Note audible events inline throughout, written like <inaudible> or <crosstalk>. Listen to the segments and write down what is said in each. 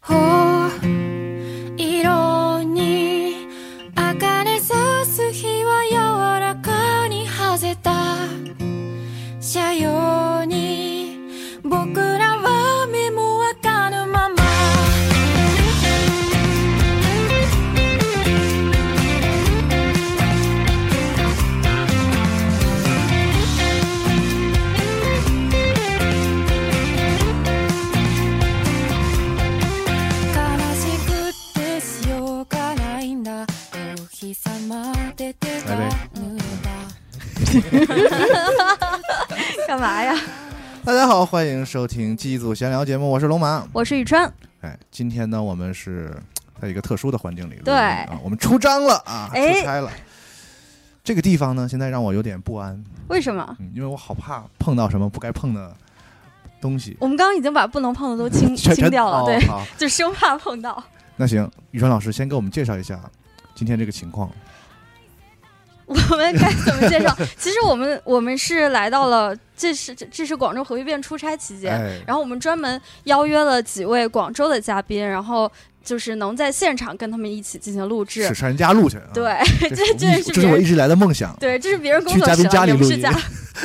ほ色に茜さす日は柔らかにはぜた車用に僕らは目も開かぬまま悲しくてしようがないんだお日様出てた拜ぬだ干嘛呀？大家好，欢迎收听记忆组闲聊节目， <laughs> 我是龙马。我是宇川，哎，今天呢，我们是在一个特殊的环境里录音，对啊，我们出张了啊，哎出差了。这个地方呢，现在让我有点不安，为什么？嗯，因为我好怕碰到什么不该碰的东西。我们刚刚已经把不能碰的都清 <laughs> 全清掉哦了，对，好，就生怕碰到。 <laughs> 那行，宇川老师先给我们介绍一下今天这个情况。我们该怎么 <laughs> 介绍？其实我们我们是来到了，这是这这是广州核聚变出差期间，哎，然后我们专门邀约了几位广州的嘉宾，然后就是能在现场跟他们一起进行录制是。上人家录去啊。对，这是我一，这是这别是我人一直以来的梦想。 <laughs> 对，这是别人工去嘉作宾室家了，里也不录是音家。 <laughs>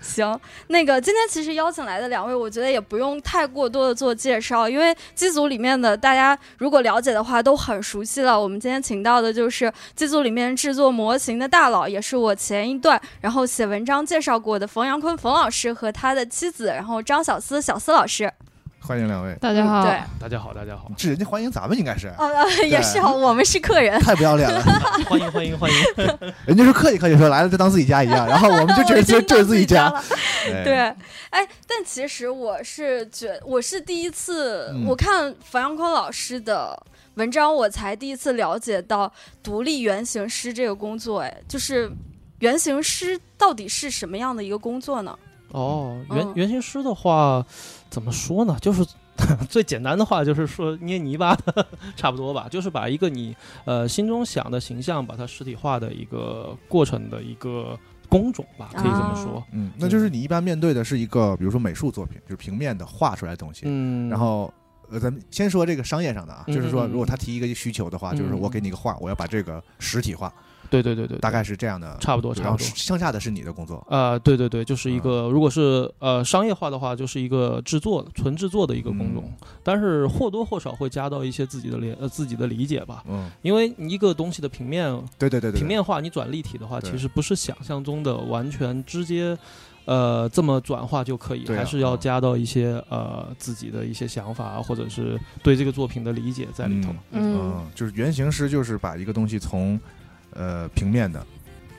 行，那个今天其实邀请来的两位，我觉得也不用太过多的做介绍，因为机组里面的大家如果了解的话都很熟悉了。我们今天请到的就是机组里面制作模型的大佬，也是我前一段然后写文章介绍过的冯阳坤冯老师和他的妻子，然后张小思小思老师。欢迎两位，，大家好，对，大家好，大家好这人家欢迎咱们应该是呃、呃，也是哦，我们是客人。太不要脸了。 <laughs> 欢迎欢迎欢迎！人家是客气客气说来了就当自己家一 <laughs> 样，然后我们 <laughs> 就觉得 <laughs> 这我真这是当自己家家了。。哎啊对，，哎，但其实我是觉，我是第一次，嗯我看樊阳坤老师的文章，我才第一次了解到独立原型师这个工作，哎，就是原型师到底是什么样的一个工作呢？哦，嗯原原型师的话怎么说呢？就是 <laughs> 最简单的话，就是说捏泥巴的， <laughs> 差不多吧，就是把一个你呃心中想的形象，把它实体化的一个过程的一个工种吧，可以这么说。嗯，那就是你一般面对的是一个，比如说美术作品，就是平面的画出来的东西，嗯，然后。呃，咱们先说这个商业上的啊，嗯就是说，嗯嗯如果他提一个需求的话，嗯就是我给你一个画，我要把这个实体化，对对对对，大概是这样的。差不多然差后不多。剩下的是你的工作，呃，对对对，就是一嗯个，如果是呃商业化的话，就是一个制作纯制作的一个工种，但是或多或少会加到一些自己的理呃自己的理解吧，嗯，因为你一个东西的平面对对对对，平面化你转立体的话，对其实不是想象中的完全直接，呃，这么转化就可以，对啊还是要加到一些呃自己的一些想法，啊或者是对这个作品的理解在里头。对，嗯，就是原型师就是把一个东西从，呃，平面的，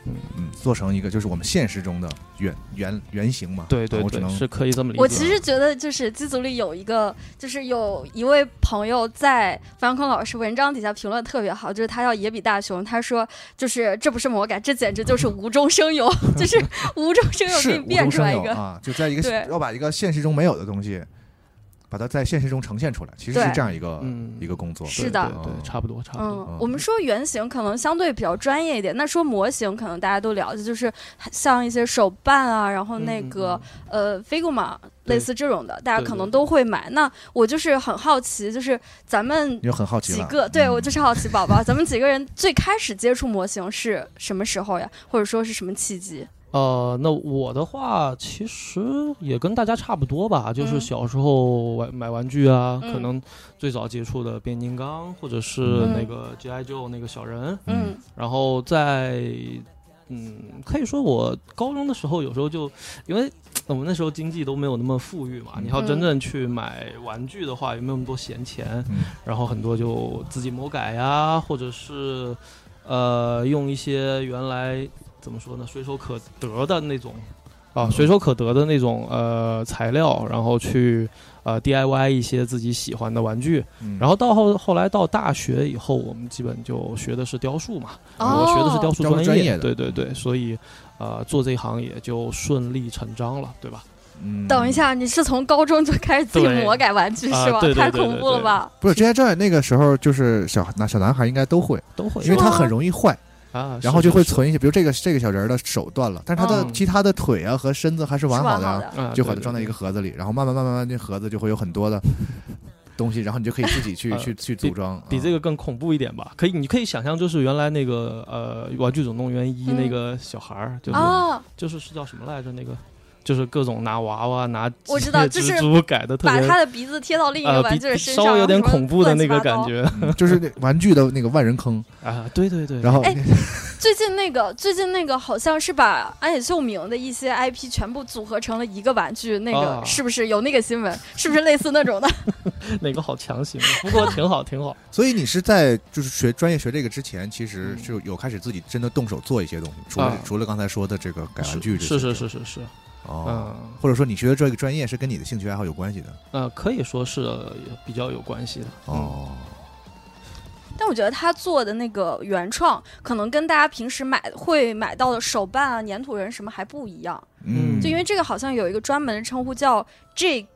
嗯嗯，做成一个就是我们现实中的原原原型嘛，对对我只对，能是可以这么理解。我其实觉得，就是机组里有一个，就是有一位朋友在樊坤老师文章底下评论特别好，就是他叫野比大雄，他说就是这不是魔改，这简直就是无中生有， <laughs> 就是无中生有是给你无变中出生来有一个。啊，就在一 <laughs> 对个要把一个现实中没有的东西，把它在现实中呈现出来，其实是对这样一个嗯一个工作。是对的对对，差不多差不多。嗯，我们说原型可能相对比较专业一点，那说模型可能大家都了解，就是像一些手办啊，然后那个、呃 Figma 嗯对类似这种的，大家对可对能对都会买。那我就是很好奇，就是咱们嗯你就很好奇嗯几了，个，对我嗯就是是好奇宝宝，咱们几个人最开始接触模型是什么时候呀？或者说是什么契机？呃，那我的话其实也跟大家差不多吧，就是嗯小时候玩买玩具啊，嗯可能最早接触的变形金刚，或者是嗯那个 G.I. Joe 那个小人，嗯然后在嗯，可以说我高中的时候有时候就因为我们那时候经济都没有那么富裕嘛，你要真正去买玩具的话，也没有那么多闲钱，嗯然后很多就自己魔改呀，或者是呃用一些原来怎么说呢，随手可得的那种。啊，随手可得的那种呃材料，然后去呃 DIY 一些自己喜欢的玩具，嗯然后到后后来到大学以后，我们基本就学的是雕塑嘛，哦我学的是雕塑雕塑专专业的对对对，所以呃做这一行也就顺理成章了，对吧？嗯等一，下，你是从高中就开始自己对魔改玩具啊是吧？对对太对恐对怖了对吧！不是之前这那个时候就是小男小男孩应该都会，都会因为是他吗很容易坏，啊，然后就会是是存一些，比如这个这个小人儿的手断了，但是他的嗯其他的腿啊和身子还是是完完好的啊，的。啊，就对把它对装在一对个盒子里，然后慢慢慢慢慢慢，这盒子就会有很多的东西，然后你就可以自己去呃去去组装。比这个个更恐怖一点吧？可以，你可以想象，就是原来那个呃《玩具总动员一》嗯那个小孩儿，就是、哦，就是是叫什么来着？那个就是各种拿娃娃拿我知道机械就是蜘蛛改的特把别他的鼻子贴到另一个呃玩比具的身上，稍微有点什么恐怖的那个乱七八感糟。觉嗯就是那玩具的那个万人坑，啊，对对对，然后哎最近那个，最近那个好像是把安野秀明的一些 IP 全部组合成了一个玩具，那个、啊是不是有那个新闻？是不是类似那种的？ <laughs> 哪个好强行？啊不过挺 <laughs> 好，挺好。 <laughs> 所以你是在就是学专业学这个之前，其实就有开始自己真的动手做一些东西，除了嗯啊除了刚才说的这个改玩具这些，是是是是是，哦，嗯或者说你学的这个专业是跟你的兴趣爱好有关系的呃，可以说是比较有关系的。哦。但我觉得他做的那个原创，可能跟大家平时买会买到的手办啊、粘土人什么还不一样，嗯嗯，就因为这个好像有一个专门的称呼叫 J，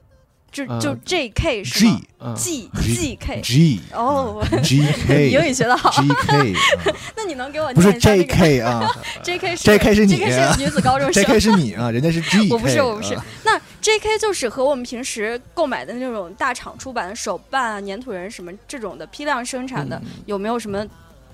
就啊就 JK 是 G 吗嗯， ？G G K <laughs> G 哦 G 英 K 语学的好， G <laughs> K 嗯那你能给我不念是一下 J 那个 K <laughs> 啊 JK 是 JK 是你 JK 是女子高中，J 生 K 是你啊，人家是 G，啊 <laughs> 我不是我不是那 J.K. 就是和我们平时购买的那种大厂出版的手办啊、粘土人什么这种的批量生产的，嗯有没有什么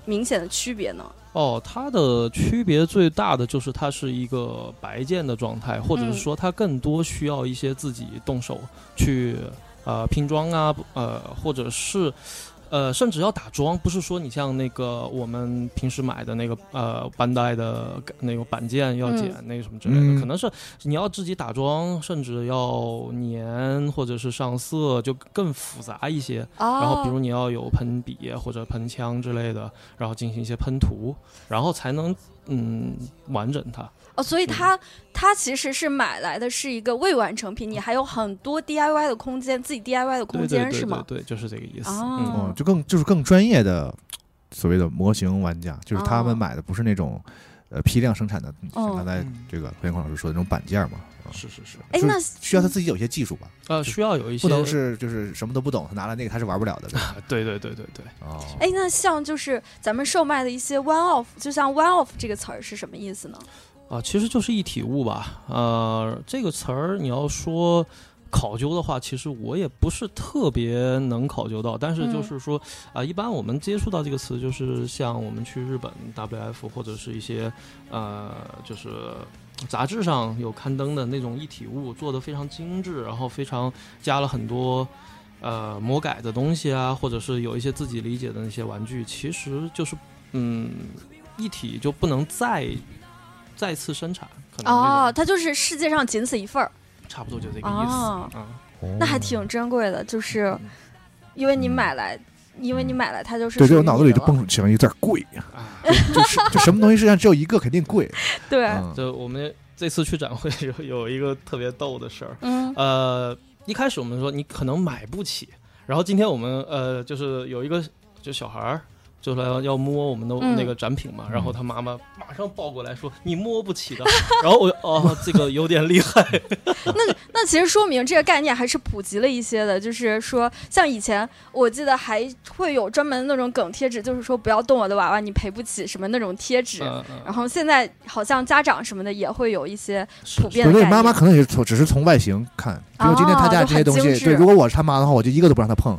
明显的区别呢？哦，它的区别最大的就是它是一个白件的状态，或者嗯是说它更多需要一些自己动手去呃拼装啊，呃或者是。呃，甚至要打桩，不是说你像那个我们平时买的那个呃班代的那个板件要剪那个什么之类的，嗯可能是你要自己打桩，甚至要粘或者是上色，就更复杂一些。然后比哦如你要有喷笔或者喷枪之类的，然后进行一些喷涂，然后才能嗯完整它。哦，嗯所以他他其实是买来的是一个未完成品，你还有很多 DIY 的空间，自己 DIY 的空对对间对是对吗？对，就是这个意思。哦嗯，哦，就更就是更专业的所谓的模型玩家，就是他哦们买的不是那种呃批量生产的，像哦刚才嗯这个裴空老师说的那种板件嘛，啊是是是，哎就，那是需要他自己有一些技术吧，呃，需要有一些不能是就是什么都不懂，他拿了那个他是玩不了 <laughs> 的。对吧对对对对对，哦，哎，那像就是咱们售卖的一些 one off，就像 one off 这个词儿是什么意思呢？啊、其实就是一体物吧。呃，这个词儿你要说考究的话，其实我也不是特别能考究到，但是嗯就是说啊、一般我们接触到这个词，就是像我们去日本 WF 或者是一些呃，就是杂志上有刊登的那种一体物，做的非常精致，然后非常加了很多。呃，魔改的东西啊，或者是有一些自己理解的那些玩具，其实就是，嗯，一体就不能再再次生产，可能哦，那种它就是世界上仅此一份儿，差不多就这个意思。哦嗯，那还挺珍贵的，就是嗯因为你买来，因为你买来它就是对，属这于我脑子里你就的了蹦出起了一字儿贵， <laughs> 啊，就是就什么东西世界上只有一个，肯定贵。对，嗯就我们这次去展会有有一个特别逗的事儿，嗯呃，一开始我们说你可能买不起，然后今天我们呃就是有一个就小孩儿。就来要摸我们的嗯那个展品嘛，嗯然后他妈妈马上抱过来说：“你摸不起的。”然后我就哦，这个有点厉害。那其实说明这个概念还是普及了一些的，就是说，像以前我记得还会有专门那种梗贴纸，就是说不要动我的娃娃，你赔不起什么那种贴纸。嗯然后现在好像家长什么的也会有一些普遍对，的所以概念。妈妈可能也是从只是从外形看，比如今天他家这些东哦就很西，精致对，如果我是他妈的话，我就一个都不让他 <laughs> 碰，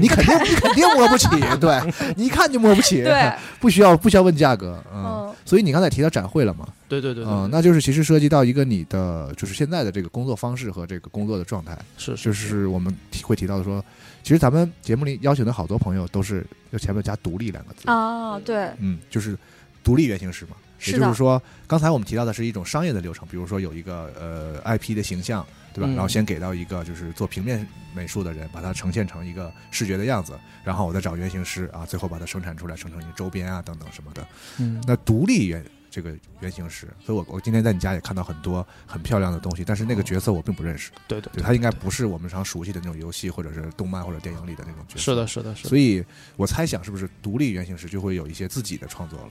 你肯定你肯定摸不起，对，你一看就摸不起，对，不需要不需要问价格，嗯。嗯所以你刚才提到展会了嘛？对对对对，嗯，对那就是其实涉及到一个你的就是现在的这个工作方式和这个工作的状态，是就是是我们提会提到的说，其实咱们节目里邀请的好多朋友都是就前面加“独立”两个字，啊，对，嗯，就是独立原型师嘛。也是就的是，说，刚才我们提到的是一种商业的流程，比如说有一个呃 IP 的形象，对吧？嗯然后先给到一个就是做平面美术的人，把它呈现成一个视觉的样子，然后我再找原型师啊，最后把它生产出来，生成一个周边啊等等什么的。嗯那独立原这个原型师，所以我我今天在你家也看到很多很漂亮的东西，但是那个角色我并不认识，对对对他应该不是我们常熟悉的那种游戏或者是动漫或者电影里的那种角色。是的，是的，是的。所以我猜想是不是独立原型师就会有一些自己的创作了？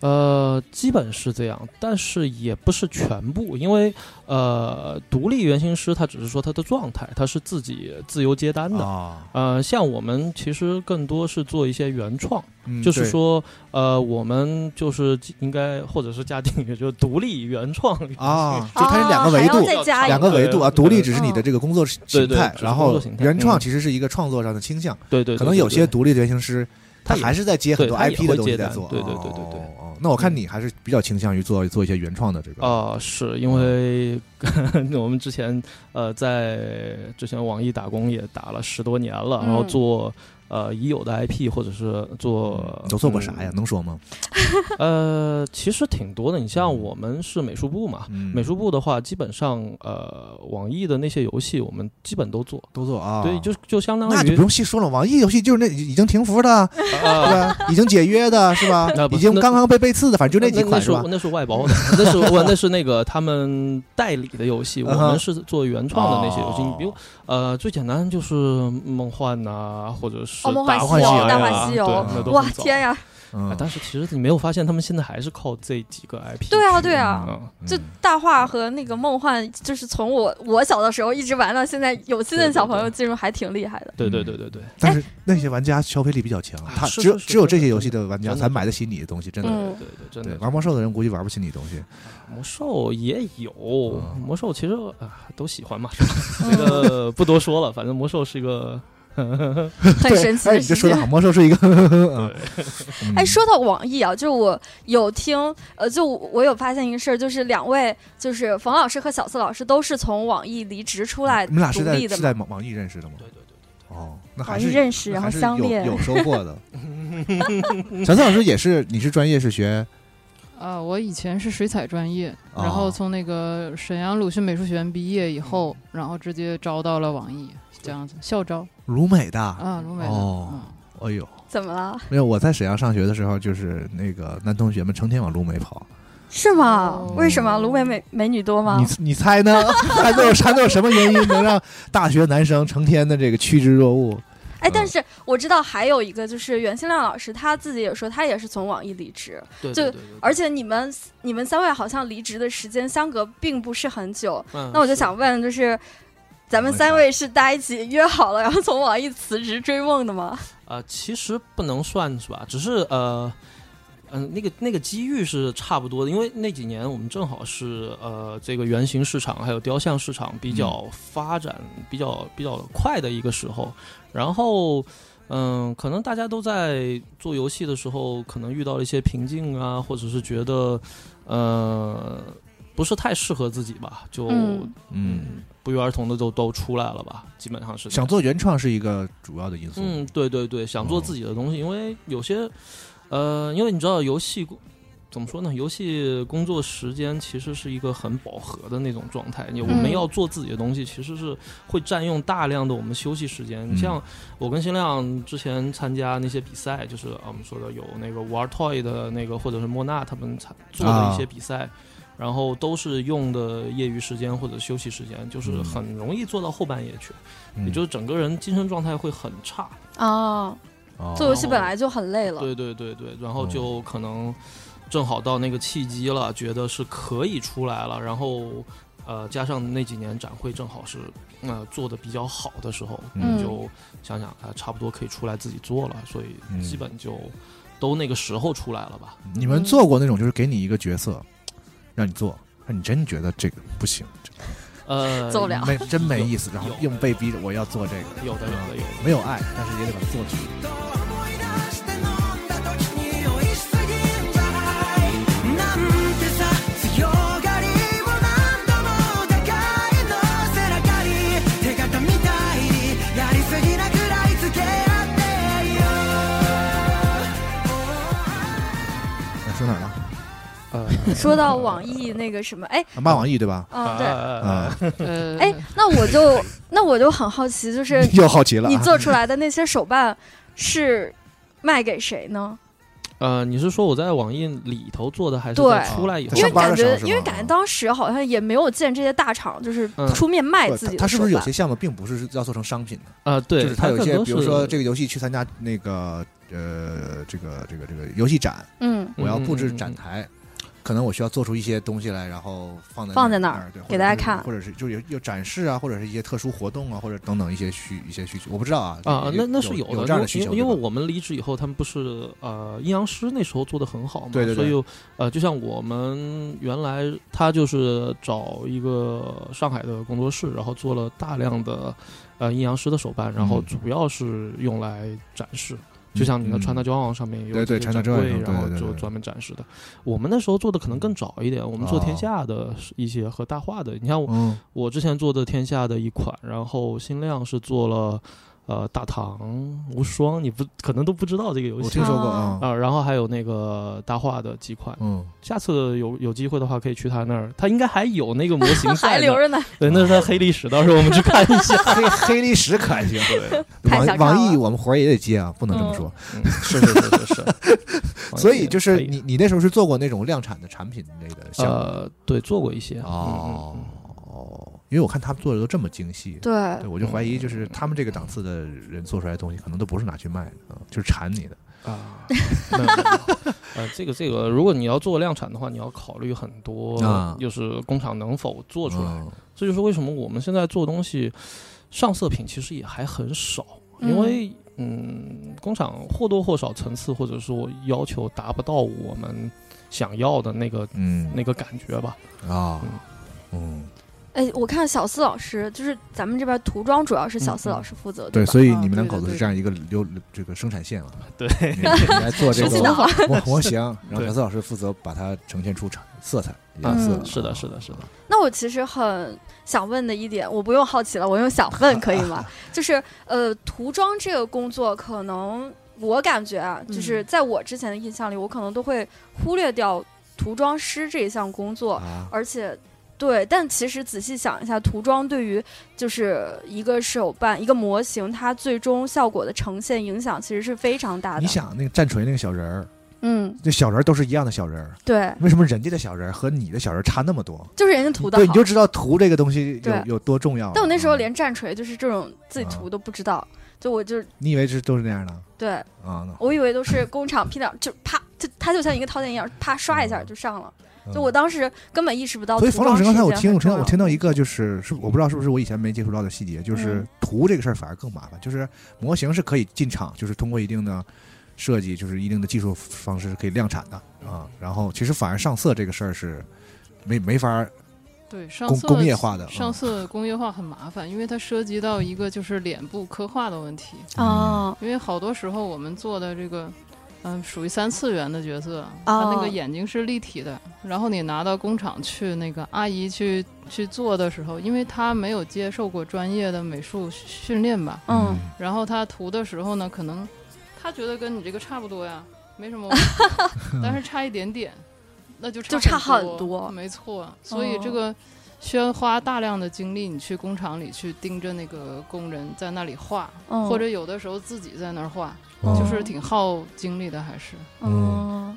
呃，基本是这样，但是也不是全部，因为呃，独立原型师他只是说他的状态，他是自己自由接单的。啊，呃，像我们其实更多是做一些原创，嗯就是，说呃，我们就是应该或者是嘉定也就是独立原创对啊，就它是两个维哦还要度再，加一两个维度啊，对独立只是你的这个工作对形对态只，是然工后作形态原创嗯其实是一个创作上的倾向，对对，对可能有些独立的原型师。他他也还是在接很多对他也 IP 的会东西接在单做，对对对对对嗯哦。哦那我看你还是比较倾向于做做一些原创的这个啊、是嗯因为 <laughs> 我们之前呃在之前网易打工也打了十多年了，然后嗯做呃已有的 IP 或者是做嗯你都做过啥呀？？能说吗？嗯呃，其实挺多的。你像我们是美术部嘛，嗯美术部的话，基本上呃网易的那些游戏我们基本都做，都做啊，对，就就相当于那就不用细 <laughs> 说了。网易游戏就是那已经停服的，对啊。吧？已经解约的是吧那？不已经那刚刚被背刺的，反正就那几那款是是吧？那是外包的，那是我那是那个他们代理的游戏，我嗯哼们是做原创的那些游戏。哦你比如呃，最简单就是梦幻呐、或者是哦梦幻大西游呀大话西游对那都哇很早天！呀，啊嗯，但是其实你没有发现，他们现在还是靠这几个 IP。对啊对啊，嗯，这大话和那个梦幻，就是从我我小的时候一直玩到现在，有新的小朋友进入还挺厉害的。对对嗯对对对，但是那些玩家消费力比较强，哎啊他是只有是是只有这些游戏的玩家真的才买得起你的东西，真的。嗯对对对，真对，的。玩魔兽的人估计玩不起你的东西。魔兽也有，嗯魔兽其实啊都 <laughs> 喜欢嘛，是吧这个不多说了，反正魔兽是一个很神奇哎，的你这世说界的。好，魔兽 <laughs> 是一个嗯。嗯哎，说到网易啊，就我有听，呃，就我有发现一个事儿，就是两位，就是冯老师和小四老师都是从网易离职出来你们俩独是在立的是嘛，在网网易认识的吗？对对对，哦，嗯那还网是易认识，那然后还是相有恋。有收获 <laughs> 的。小蔡老师也是，你是专业是学啊，我以前是水彩专业，哦然后从那个沈阳鲁迅美术学院毕业以后，嗯然后直接招到了网易，这样子校招鲁美的。啊，鲁美的。哦嗯，哎呦，怎么了？没有，我在沈阳上学的时候，就是那个男同学们成天往鲁美跑。是吗？哦为什么芦苇美美女多吗你？你猜呢？ <laughs> 还能有还能有什么原因能让大学男生成天的这个趋之若鹜？哎嗯，但是我知道还有一个，就是袁新亮老师他自己也说，他也是从网易离职，对就对对对而且你们你们三位好像离职的时间相隔并不是很久，嗯那我就是想问，就是咱们三位是大家一起约好了，然后从网易辞职追梦的吗？啊、其实不能算是吧，只是呃，嗯、那个那个机遇是差不多的，因为那几年我们正好是呃，这个原型市场还有雕像市场比较发展、比较比较快的一个时候，然后。嗯，可能大家都在做游戏的时候，可能遇到了一些瓶颈啊，或者是觉得，呃，不是太适合自己吧，哦就、嗯嗯，不约而同的都都出来了吧，基本上是这样想做原创是一个主要的因素。嗯，对对对，想做哦自己的东西，因为有些，呃，因为你知道游戏工怎么说呢？游戏工作时间其实是一个很饱和的那种状态。你我们嗯要做自己的东西，其实是会占用大量的我们休息时间。嗯你像我跟新亮之前参加那些比赛，就是呃我们说的有那个玩 toy 的那个，或者是莫娜他们参做的啊一些比赛。然后都是用的业余时间或者休息时间，就是嗯很容易做到后半夜去，嗯，也就是整个人精神状态会很差。哦，哦做游戏本来就很累了。对对对对，然嗯后就可能正好到那个契机了，觉得是可以出来了，然后呃，加上那几年展会正好是呃做的比较好的时候，嗯就想想啊、差不多可以出来自己做了，所以嗯基本就都那个时候出来了吧。你们做过那种就是给你一个角色，让你做，让你真觉得这个不行，这个 <laughs> 呃，做不了没真没意思，然后有硬被逼着我要做这个，有的有的有的。没有爱，但是也得把它做出来。 「思い出して飲んだ時に酔いすぎんじゃない」「なんてさ強がりを何度も高いの背中に」「手形みたいにやりすぎなくらいつけあってよ」哎说哪儿了？呃，说到网易那个什么，哎，啊骂网易对吧？嗯，对，呃，啊， <laughs> 呃，哎，那我就 <laughs> 那我就很好奇，就是嗯 <laughs> 又好奇了啊。你做出来的那些手办是卖给谁呢？呃，你是说我在网易里头做的，还是对在出来以后因为上班感的时候觉是，吗因为感觉当时好像也没有见这些大厂就是嗯出面卖不自己的它是不是手有办些项目并不是要做成商品的？啊？对，就是它有一更些，多比如是说这个游戏去参加那个呃这个这个这个游戏展，嗯，我要布置嗯嗯嗯展台，可能我需要做出一些东西来，然后放在放在那那儿儿，对，或给者大家是看或者是就有有展示啊，或者是一些特殊活动啊，或者等等一些需一些需求，我不知道啊啊，有那那是有的，这样的因需为求，因为对吧我们离职以后，他们不是呃，阴阳师那时候做的很好嘛，对对对所以呃，就像我们原来他就是找一个上海的工作室，然后做了大量的呃阴阳师的手办，然后嗯主要是用来展示。就像你的嗯川大交往上面有对对这些 China 展 Joy 柜上，然对后对对就对专门展示的。我们那时候做的可能更早一点，我们做哦天下的一些和大话的。你像我嗯我之前做的天下的一款，然后新亮是做了呃大唐无双，你不可能都不知道这个游我戏听说过啊啊，啊、然后还有那个大话的几款，嗯，下次有有机会的话可以去他那儿，他应该还有那个模型 <laughs> 还在留的，着呢。对，那是他黑历史，到时候我们去看一下。黑黑历史可还行，太网想看网易了我们活儿也得接啊，不能这么嗯说。嗯、是是是 <laughs> 是是，所以就是可以你你那时候是做过那种量产的产品类的项目呃，嗯对，做过一些哦，哦，因为我看他们做的都这么精细，对，对，我就怀嗯疑就是他们这个档次的人做出来的东西，可能都不是拿去卖的，嗯就是馋你的。 <laughs> 啊，没有没有没有呃，这个这个，如果你要做量产的话，你要考虑很多啊，就是工厂能否做出来。嗯这就是为什么我们现在做东西上色品其实也还很少，嗯因为嗯，工厂或多或少层次或者说要求达不到我们想要的那个嗯那个感觉吧。啊嗯，哎，我看小四老师，就是咱们这边涂装主要是小四老师负责，嗯对，吧？所以啊你们两对口子的是对这样一个流这个生产线嘛，对，你们你们来做这熟悉个的啊模模型，然后对小四老师负责把它呈现出产色彩颜嗯色。是的，是的，是的。那我其实很想问的一点，我不用好奇了，我用想问可以 <laughs> 吗？就是呃，涂装这个工作，可能我感觉啊，就是嗯在我之前的印象里，我可能都会忽略掉涂装师这一项工作，啊，而且。对，但其实仔细想一下，涂装对于就是一个手办、一个模型，它最终效果的呈现影响其实是非常大的。你，想那个战锤那个小人儿，嗯，这小人儿都是一样的小人儿，对，为什么人家的小人儿和你的小人儿差那么多？就是人家涂的对，好你。就知道图这个东西有对有多重要了。但我那时候嗯连战锤就是这种自己涂都不知道，就我就你以为是都是那样的对啊？那我以为都是工厂批量，就啪，就它就像一个套件一样，啪刷一下就上了。就我当时根本意识不到嗯所涂以冯老装师是一刚才件很重要我的事听情。我听我听到一个就是是我不知道是不是我以前没接触到的细节，就是嗯图这个事儿反而更麻烦。就是模型是可以进厂，就是通过一定的设计，就是一定的技术方式是可以量产的啊。然后其实反而上色这个事儿是没没法儿对，上工色工业化的啊上色工业化很麻烦，因为它涉及到一个就是脸部刻画的问题，嗯哦啊，因为好多时候我们做的这个。嗯，属于三次元的角色，哦它那个眼睛是立体的。然后你拿到工厂去，那个阿姨去去做的时候，因为她没有接受过专业的美术训练吧，嗯，然后她涂的时候呢，可能她觉得跟你这个差不多呀，没什么问题但是差一点点，那就就差差很很多没错，所以这个需要花大量的精力，你去工厂里去盯着那个工人在那里画，嗯或者有的时候自己在那儿画，嗯就是挺耗精力的，还是嗯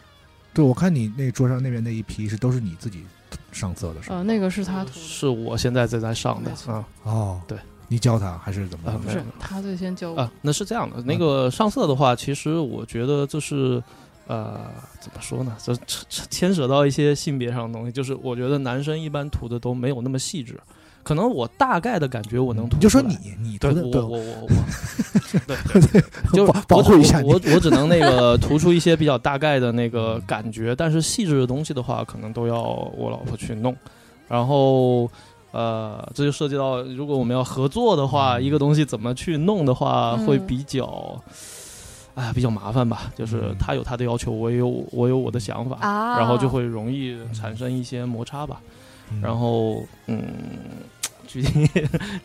对我看你那个桌上那边那一批是都是你自己上色的是呃，吗？那个是他涂的，哦是我现在正在上的没错啊哦，对，你教他还是怎么啊着？不没有是他最先教我啊，，那是这嗯样的。那个上色的话，其实我觉得就是。呃，怎么说呢？这这这牵扯到一些性别上的东西，就是我觉得男生一般涂的都没有那么细致，可能我大概的感觉我能涂你就出说来，你你对涂的我对我我 <laughs> 我，对对，就是保保护我一下你我我我只能那个涂出一些比较大概的那个感觉，但是细致的东西的话，可能都要我老婆去弄。然后，呃，这就涉及到如果我们要合作的话，一个东西怎么去弄的话，嗯会比较。哎，比较麻烦吧，嗯就是他有他的要求，我也有我有我的想法，啊，然后就会容易产生一些摩擦吧。嗯然后嗯， <laughs> 具体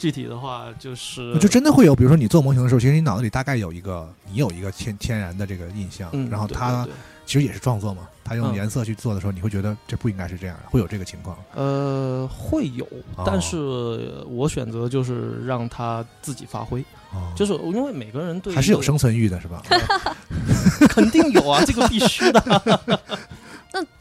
具体的话就是就真的会有，比如说你做模型的时候，其实你脑子里大概有一个，你有一个天天然的这个印象，嗯，然后对他对对其实也是创作嘛，他用嗯颜色去做的时候，你会觉得这不应该是这样的，会有这个情况。呃会有哦，但是我选择就是让他自己发挥，哦，就是因为每个人对还是有于生存欲的，是吧？ <laughs> 肯定有啊，这个必须的。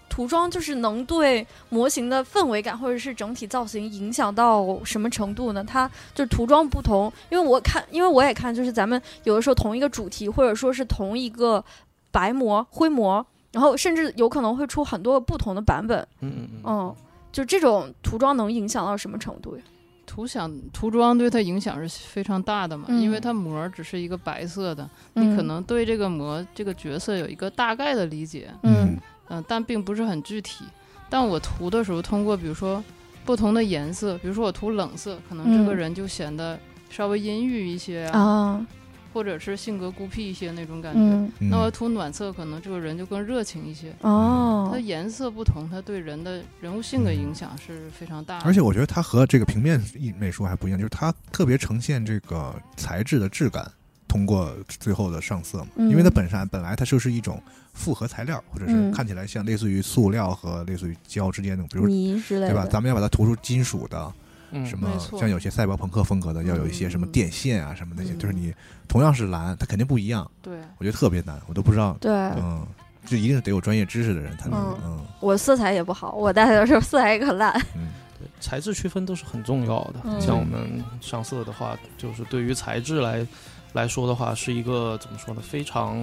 涂装就是能对模型的氛围感或者是整体造型影响到什么程度呢？它就是涂装不同，因为我看，因为我也看，就是咱们有的时候同一个主题或者说是同一个白膜、灰膜，然后甚至有可能会出很多不同的版本。嗯嗯嗯。嗯，就这种涂装能影响到什么程度呀？涂想涂装对它影响是非常大的嘛，嗯因为它膜只是一个白色的，你可能对这个膜这个角色有一个大概的理解，嗯嗯、但并不是很具体。但我涂的时候，通过比如说不同的颜色，比如说我涂冷色，可能这个嗯人就显得稍微阴郁一些啊，啊或者是性格孤僻一些那种感觉。嗯嗯那我涂暖色，可能这个人就更热情一些。它哦颜色不同，它对人的人物性格影响是非常啊大的。而且我觉得它和这个平面艺美术还不一样，就是它特别呈现这个材质的质感，通过最后的上色嘛，嗯因为它本身本来它就是一种复合材料，或者是嗯看起来像类似于塑料和类似于胶之间的，比如泥之类对吧？的，咱们要把它涂出金属的，嗯什么没错像有些赛博朋克风格的，要有一些什么嗯电线啊什么那些，就是你同样是蓝，它肯定不一样，对，啊我觉得特别难，我都不知道，对，嗯，这一定是得有专业知识的人才能，嗯我色彩也不好，我带的时候色彩也很烂。嗯对材质区分都是很重要的。嗯像我们上色的话，就是对于材质来来说的话，是一个怎么说呢？非常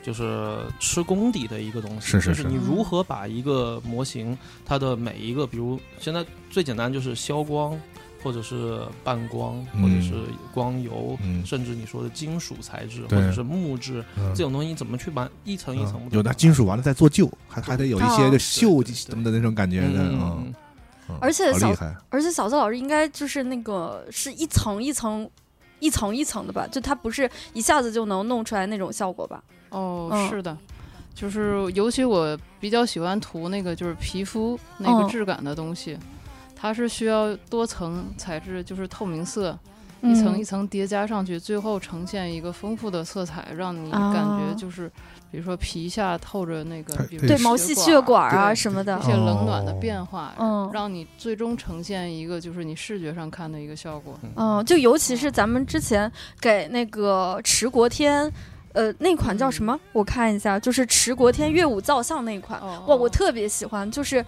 就是吃功底的一个东西。是是就是是你如何把一个模型，它的每一个，比如现在最简单就是消光，或者是半光，嗯或者是光油。嗯甚至你说的金属材质或对者是木质嗯这种东西，你怎么去把一层一层嗯地有把拿它金属完了再做旧，还还得有一些哦的锈对对对什么的那种感觉嗯的，嗯嗯嗯嗯，嗯而且好小厉害，而且小泽老师应该就是那个是一层一层、一层一层的吧？就它不是一下子就能弄出来那种效果吧？哦，嗯是的，就是尤其我比较喜欢涂那个就是皮肤那个嗯质感的东西，它是需要多层材质，就是透明色。嗯一层一层叠加上去，最后呈现一个丰富的色彩，让你感觉啊就是，比如说皮下透着那个它，比它如也对是毛细血管啊对什么的一，些冷暖的变化，哦嗯让你最终呈现一个就是你视觉上看的一个效果。嗯，就尤其是咱们之前给那个池国天。呃，那款叫什么？我看一下，就是池国天乐舞造像那一款，哦哇，我特别喜欢，就是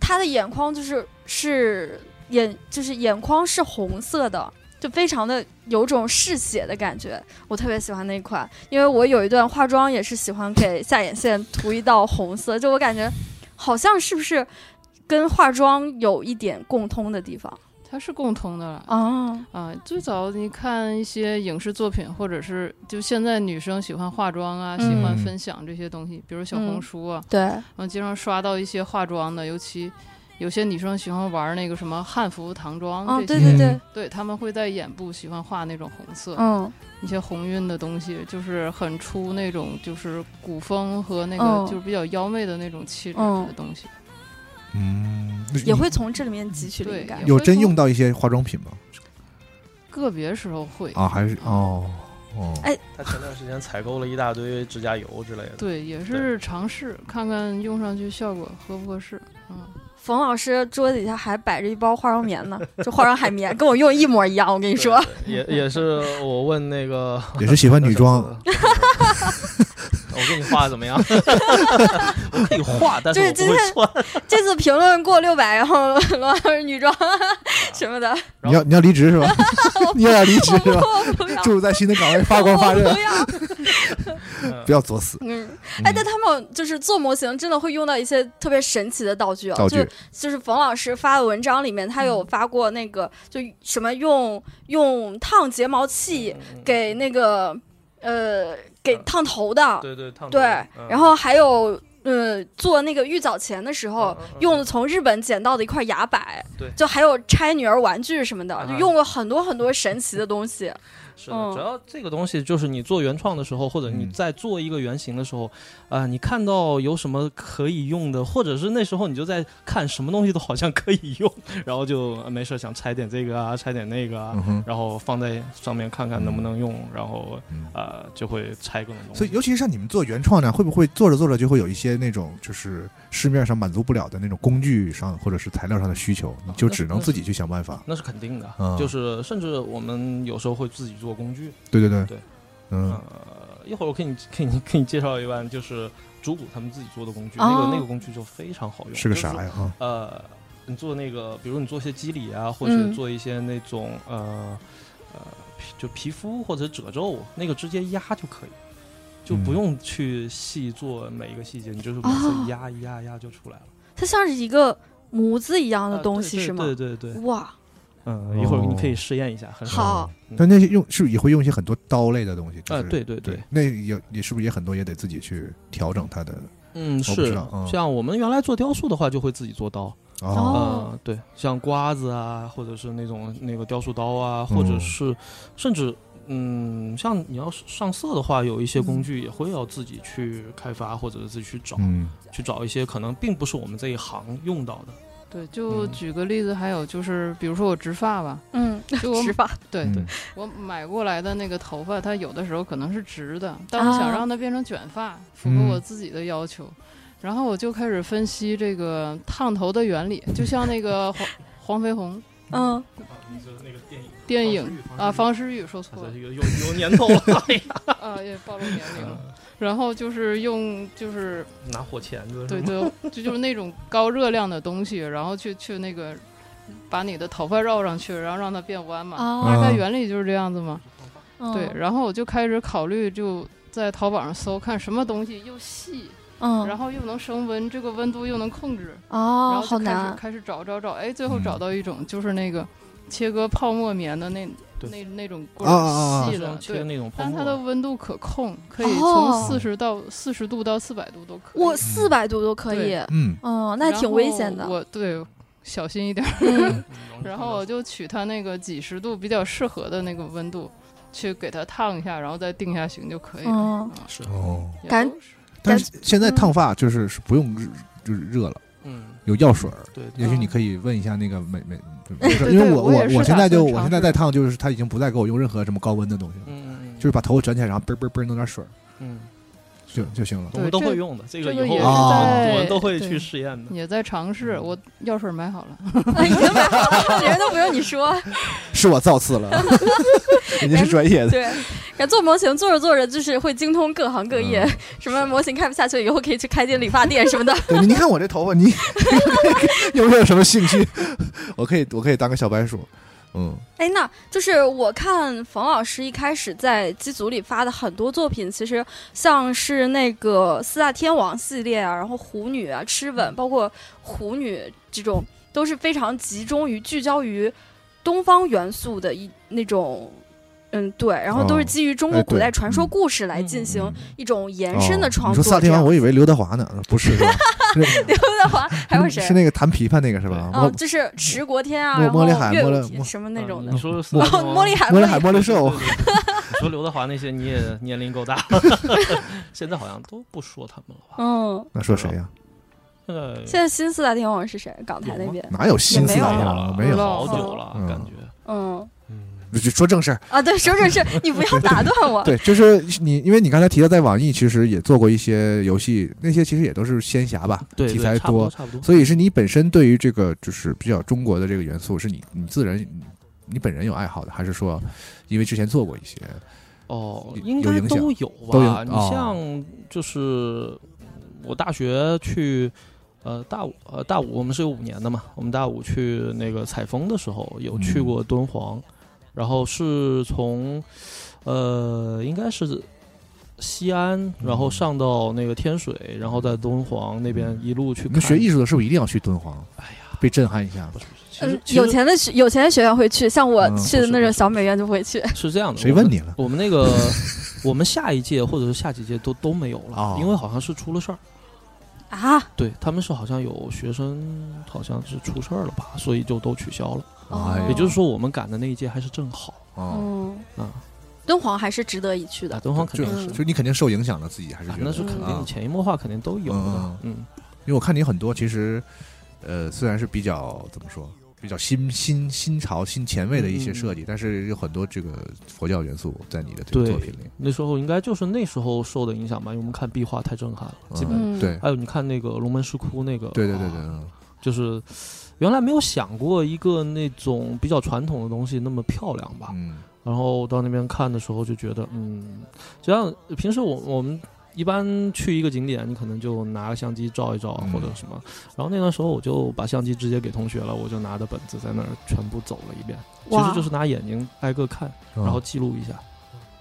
他的眼眶就是是眼就是眼眶是红色的，就非常的有种嗜血的感觉，我特别喜欢那一款，因为我有一段化妆也是喜欢给下眼线涂一道红色，就我感觉好像是不是跟化妆有一点共通的地方它是共通的了。啊？啊，最早你看一些影视作品，或者是就现在女生喜欢化妆啊，喜欢嗯分享这些东西，比如小红书啊，对，然后经常刷到一些化妆的，尤其有些女生喜欢玩那个什么汉服、唐装啊，这对些，对对，对他们会在眼部喜欢画那种红色，嗯一些红晕的东西，就是很出那种就是古风和那嗯个就是比较妖媚的那种气质嗯的东西。嗯，那也你会从这里面汲取灵感对。有真用到一些化妆品吗？个别时候会，啊，还是哦哦哎，他前段时间采购了一大堆指甲油之类的。对，也是尝试看看用上去效果合不合适。嗯，冯老师桌底下还摆着一包化妆棉呢，这化妆海绵跟我用一模一样，我跟你你说，也也是我问那个也是喜欢女 <laughs> 装， <laughs> 我给你画怎么样？ <laughs> 我可以画，但是我就是不今会天穿。这次评论过六百，然后罗老师女装啊什么的，你要你要离职 <laughs> 是吧？你要离职我 <laughs> 是吧？不 <laughs> 我不要，祝你在新的岗位发光发我 <laughs> 热不， <laughs> 要。不要作死。嗯，哎，但他们就是做模型，真的会用到一些特别神奇的道具啊，道具嗯就就是冯老师发的文章里面，他有发过那个，就什么用用烫睫毛器嗯给那个呃给嗯烫头的，对对烫头对嗯，然后还有。呃，做那个玉藻前的时候嗯嗯嗯，用的从日本捡到的一块牙板，对就还有拆女儿玩具什么的，啊就用过很多很多神奇的东西。是的嗯，只要这个东西就是你做原创的时候，或者你嗯在做一个原型的时候，啊、你看到有什么可以用的，或者是那时候你就在看什么东西都好像可以用，然后就、呃没事儿想拆点这个啊，拆点那个啊，嗯哼。嗯然后放在上面看看能不能用，然后呃就会拆各种东西。所以，尤其是像你们做原创呢，会不会做着做着就会有一些那种就是市面上满足不了的那种工具上或者是材料上的需求，你嗯就只能自己去想办法。那是肯定的，嗯就是甚至我们有时候会自己做工具，对对对对，嗯呃，一会儿我给你给你给你介绍一万，就是主谷他们自己做的工具，那哦个那个工具就非常好用。是个就是啥呀？啊，呃，你做那个，比如你做一些肌理啊，或者是嗯做一些那种、呃呃皮就皮肤或者褶皱，那个直接压就可以，就不嗯用去细做每一个细节，你就是每次哦压一压一压就出来了。它像是一个模子一样的呃东对西、对是吗？对对对，哇，嗯，一会儿你可哦以试验一下，很爽好，但那些用是不是也会用一些很多刀类的东西？就呃，是对对对对，，那也也是不是也很多也得自己去调整它的？嗯，我不知是道嗯像我们原来做雕塑的话，就会自己做刀，哦，哦呃，对，像刮子啊，或者是那种那个雕塑刀啊，或者嗯是甚至嗯，像你要是上色的话，有一些嗯工具也会要自己去开发，或者是自己去找，哦嗯，去找一些可能并不是我们这一行用到的。对，就嗯举个例子，还有就是，比如说我植发 <laughs> 吧，嗯，就我直发，对嗯对，，我买过来的那个头发，它有的时候可能是直的，但我想啊让它变成卷发，符合嗯我自己的要求。然后我就开始分析这个烫头的原理，就像那个黄黄飞鸿嗯，啊你说那个电影电影啊，方世玉说错了，有有有年头 <laughs> 了，啊，也暴露年龄了。然后就是用就是拿火钳子，对，对，就就是那种高热量的东西，然后去去那个把你的头发绕上去，然后让它变弯嘛。啊，大概嗯原理就是这样子嘛。对，嗯然后我就开始考虑，就在淘宝上搜，看什么东西又细，嗯，然后后又能升温，这个温度又能控制。然哦，好后就开始难，开始找找找，哎，最后嗯找到一种就是那个切割泡沫棉的那对那那种棍啊啊啊啊儿细是的，切的对。那种泡但它沫的温度可控，可以哦从四十到四十度到四百度都可以。我嗯四百度都可以， <laughs> 嗯，嗯，那然挺危后险的，我对，小心一点儿。嗯嗯然后我就取它那个几十度比较适合的那个温度，去给它烫一下，然后再定下型就可以了。嗯，是哦，也感都是嗯但是现在烫发就是是不用热就是热了，嗯，有药水儿。对，也许你嗯可以问一下那个美美， <laughs> 不是对因为我我也是我打现在算就尝我现在试在烫，就是他已经不再给我用任何什么高温的东西了，嗯，就是把头卷起来，然后嘣嘣嘣弄点水儿嗯。就就行了。我们对都这会用的，这个这个以后也我是们在我们都会对去试验的。也在尝嗯试，我药水买好了。已经买哎好了，别人都不用你 <laughs> 说，是我造次了， <laughs> 人家是专业的。对，然后做模型做着做着就是会精通各行各业，嗯什么模型开不下去，以后可以去开间理发店什么的。对，你看我这头 <laughs> 发，你 <laughs> 有没有什么兴趣？我可以，我可以当个小白鼠。嗯，哎，那就是我看冯老师一开始在机组里发的很多作品，其实像是那个四大天王系列啊，然后虎女啊、吃嗯吻，包括虎女这种，都是非常集中于聚焦于东方元素的一那种。嗯，对，然后都是哦基于中哎国古对代传说嗯故事来嗯进嗯行嗯一种延伸的哦创你说作这四大样。天王，我以为刘德华呢，不是，是吧是刘德 <laughs> 华 <laughs> 还有谁是？那个弹琵琶那个是吧？嗯，莫就是池国天啊，莫然后莫里海岳莫武里天莫嗯什么那种的嗯你。说莫哦， <laughs> 莫里海，莫莫里里海海，莫里寿， <laughs> 你说刘德华那些，你也年龄够大了，现在好像都不说他们了吧？嗯，那说谁呀？现在现在新四大天王是谁？港台有那吗边，哪有新四大天王啊？了，没有有，好久了，嗯感觉。嗯嗯，就说正事儿。啊，对，说正事，你不要打断我。嗯对，就是你，因为你刚才提到在网易其实也做过一些游戏，那些其实也都是仙侠吧，对，题材差不多多，，差不多。所以是你本身对于这个就是比较中国的这个元素，是你你自然你你本人有爱好的，还是说因为之前做过一些？哦，有应该影响都有都有吧？你哦像就是我大学去。呃，大五呃大五，我们是有五年的嘛。我们大五去那个采风的时候，有去嗯过敦煌，然后是从呃应该是西安，然嗯后上到那个天水，然后在敦煌那边一路去你看。们学艺术的是不是一定要去敦煌？哎呀，被震撼一下不，是不是，其嗯实，其有实钱的学有钱的学院会去，像我嗯去的那种小美院就不会去。是这样的。谁我们问你了？我们 <laughs> 那个我们下一届或者是下几届都都没有了，哦因为好像是出了事儿。啊，对他们是好像有学生好像是出事儿了吧，所以就都取消了。哦哎呀也就是说，我们赶的那一届还是正好哦，嗯，啊。敦煌还是值得一去打的。敦煌肯就定嗯是，就你肯定受影响了，自己还是啊觉得，那是肯定啊的，潜移默化肯定都有嗯的。嗯，因为我看你很多其实，呃，虽然是比较怎么说，比较新新新潮、新前卫的一嗯些设计，但是有很多这个佛教元素在你的这个对作品里。那时候应该就是那时候受的影响吧，因为我们看壁画太震撼了，基本。嗯，嗯对，还有你看那个龙门石窟那个，对对对啊对，嗯就是原来没有想过一个那种比较传统的东西那么漂亮吧？嗯，啊、然后到那边看的时候就觉得，嗯，就像平时我我们一般去一个景点，你可能就拿个相机照一照啊嗯或者什么。然后那段时候我就把相机直接给同学了，我就拿着本子在那儿全部走了一遍，其哇实就是拿眼睛挨个看，然然后记录一下。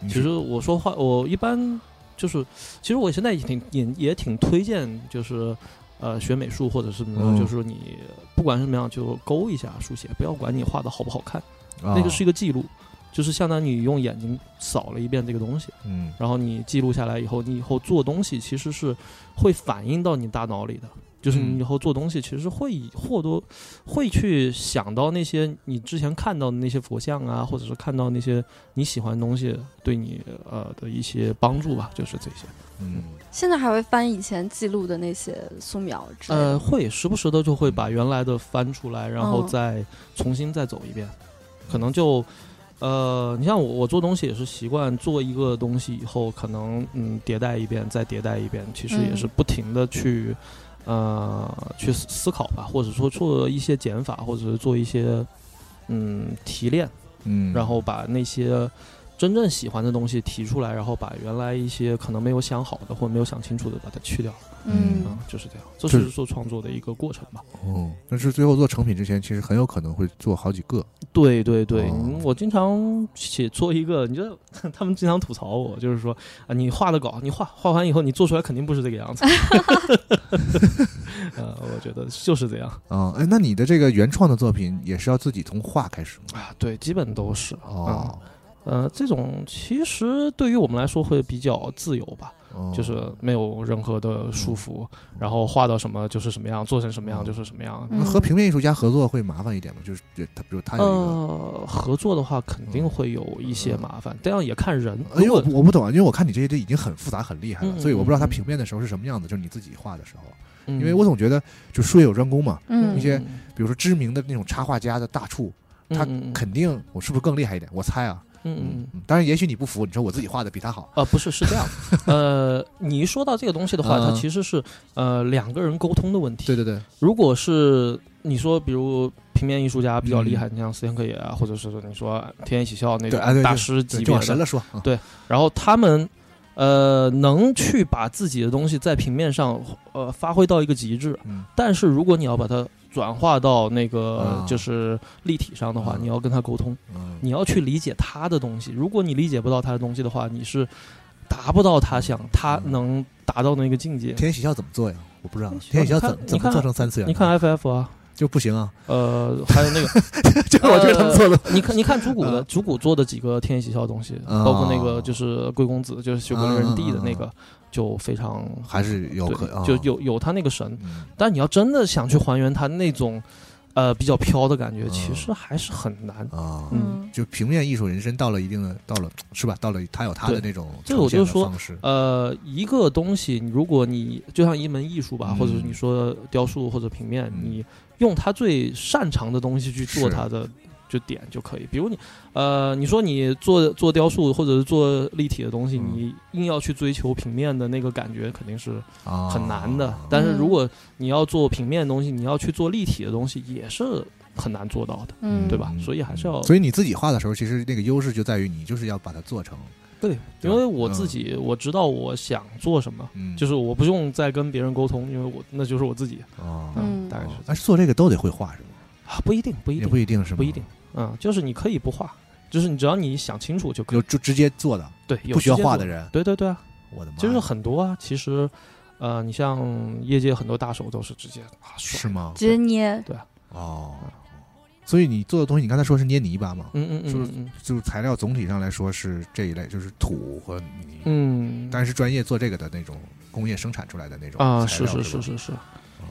嗯你其实我说话，我一般就是，其实我现在也挺也也挺推荐，就是呃学美术或者是什么的，嗯就是你不管是什么样，就勾一下书写，不要管你画的好不好看，啊那个是一个记录，就是相当于你用眼睛扫了一遍这个东西，嗯然后你记录下来以后，你以后做东西其实是会反映到你大脑里的。就是嗯你以后做东西，其实会以或多会去想到那些你之前看到的那些佛像啊，或者是看到那些你喜欢的东西对你呃的一些帮助吧，就是这些。嗯现在还会翻以前记录的那些素描之类的。嗯呃，会时不时的就会把原来的翻出来，然后再重新再走一遍，可能就。呃，你像我，我做东西也是习惯做一个东西以后，可能嗯迭代一遍，再迭代一遍，其实也是嗯不停的去、呃去思思考吧，或者说做一些减法，或者是做一些嗯提炼，嗯，然后把那些真正喜欢的东西提出来，然后把原来一些可能没有想好的或者没有想清楚的把它去掉。嗯嗯，就是这样，这就是是做创作的一个过程吧。哦，但是最后做成品之前，其实很有可能会做好几个，对对对，哦嗯我经常写做一个，你知道 <laughs> 他们经常吐槽我，就是说啊，你画的稿，你画画完以后，你做出来肯定不是这个样子。 <laughs> 呃，我觉得就是这样啊，哎，那你的这个原创的作品也是要自己从画开始吗？啊，对，基本都是啊、哦，呃，这种其实对于我们来说会比较自由吧，哦就是没有任何的束缚，然后画到什么就是什么样，做成什么样就是什么样。那和平面艺术家合作会麻烦一点吗？就是他，比如他有一个。呃，合作的话肯定会有一些麻烦，这样也看人。因为如我果不我不懂啊，因为我看你这些都已经很复杂、很厉害了，嗯所以我不知道他嗯嗯平面的时候是什么样子，就是你自己画的时候。啊因因为我总觉得，就术业有专攻嘛，嗯一些比如说知名的那种插画家的大触，他肯肯定我是不是更厉害一点？我猜啊，嗯嗯嗯，当然也许你不服，你说我自己画的比他好，啊不是是这样，呃，你一说到这个东西的话，它嗯其实是呃两个人沟通的问题。对对对，如果是你说，比如平面艺术家比较厉害，你像斯天克也啊，或者是说你说天野喜孝那嗯对啊对种大师级对，就别往神的，了说，啊对然后他们。呃，能去把自己的东西在平面上呃发挥到一个极致，嗯但是如果你要把它转化到那个啊就是立体上的话，啊你要跟他沟通，嗯你要去理解他的东西。如果你理解不到他的东西的话，你是达不到他想他能达到的那个境界。天喜笑怎么做呀？我不知道，天天喜喜笑笑怎么怎你看你么看做成三次元的？你看 FF 啊，就不行 <laughs> 啊，呃，还有那个，这个我觉得他们做的你看你看主谷 <laughs> 的嗯主谷做的几个天野喜孝的东西，哦包括那个就是贵公子，就是雪国人地的那啊个，就非常还是有可啊对，就有有他那个神。嗯但你要真的想去还原他那种，呃，比较飘的感觉，嗯其实还是很难。啊。嗯就平面艺术人生到了一定的，到了是吧？到了他有他的对那种这个我呈现的就说方式，呃，一个东西，你如果你就像一门艺术吧，嗯或者是你说雕塑或者平面，嗯你用他最擅长的东西去做是它的就点就可以。比如你，呃，你说你做做雕塑或者是做立体的东西，嗯你硬要去追求平面的那个感觉，肯定是啊很难的。但是如果你要做平面的东西，你要去做立体的东西，也是很难做到的，嗯，对吧嗯？所以还是要所以你自己画的时候，其实那个优势就在于你就是要把它做成，对，因为我自己我知道我想做什么。嗯，就是我不用再跟别人沟通，因为我那就是我自己，啊，嗯大概是哎但是做这个都得会画是吗？啊，不一定，不一也定，不一定是吗？不一定，，嗯，就是你可以不画，就是你只要你想清楚就可以有，就直接做的，对，有不需要画的人，人，对对对啊，我的妈呀，就是很多啊，其实，呃，你像业界很多大手都是直接啊，甩是吗？直接捏，哦，所以你做的东西，你刚才说是捏泥巴嘛？嗯嗯就嗯是嗯就是材料总体上来说是这一类，就是土和泥，嗯，但是专业做这个的那种工业生产出来的那种啊，材是料是是是吧，是是，哦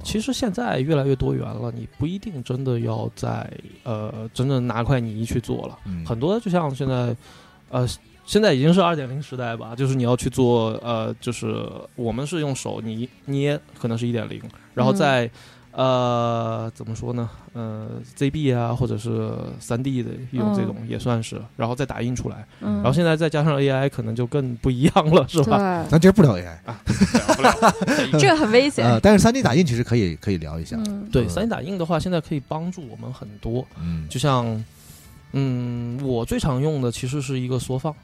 其实现在越来越多元了，你不一定真的要在呃真正拿块泥去做了，嗯很多就像现在，呃。现在已经是二点零时代吧，就是你要去做，呃，就是我们是用手泥捏，可能是一点零，然后嗯再，呃，怎么说呢，呃，ZB 啊，或者是三 D 的一种这种、也算是，然后再打印出来，嗯，然后现在再加上 AI，可能就更不一样了，是吧？对，咱接不了 AI，这个很危险。呃，但是三 D 打印其实可以可以聊一下，嗯，对，嗯三 D 打印的话，现在可以帮助我们很多，嗯，就像，嗯，我最常用的其实是一个缩放，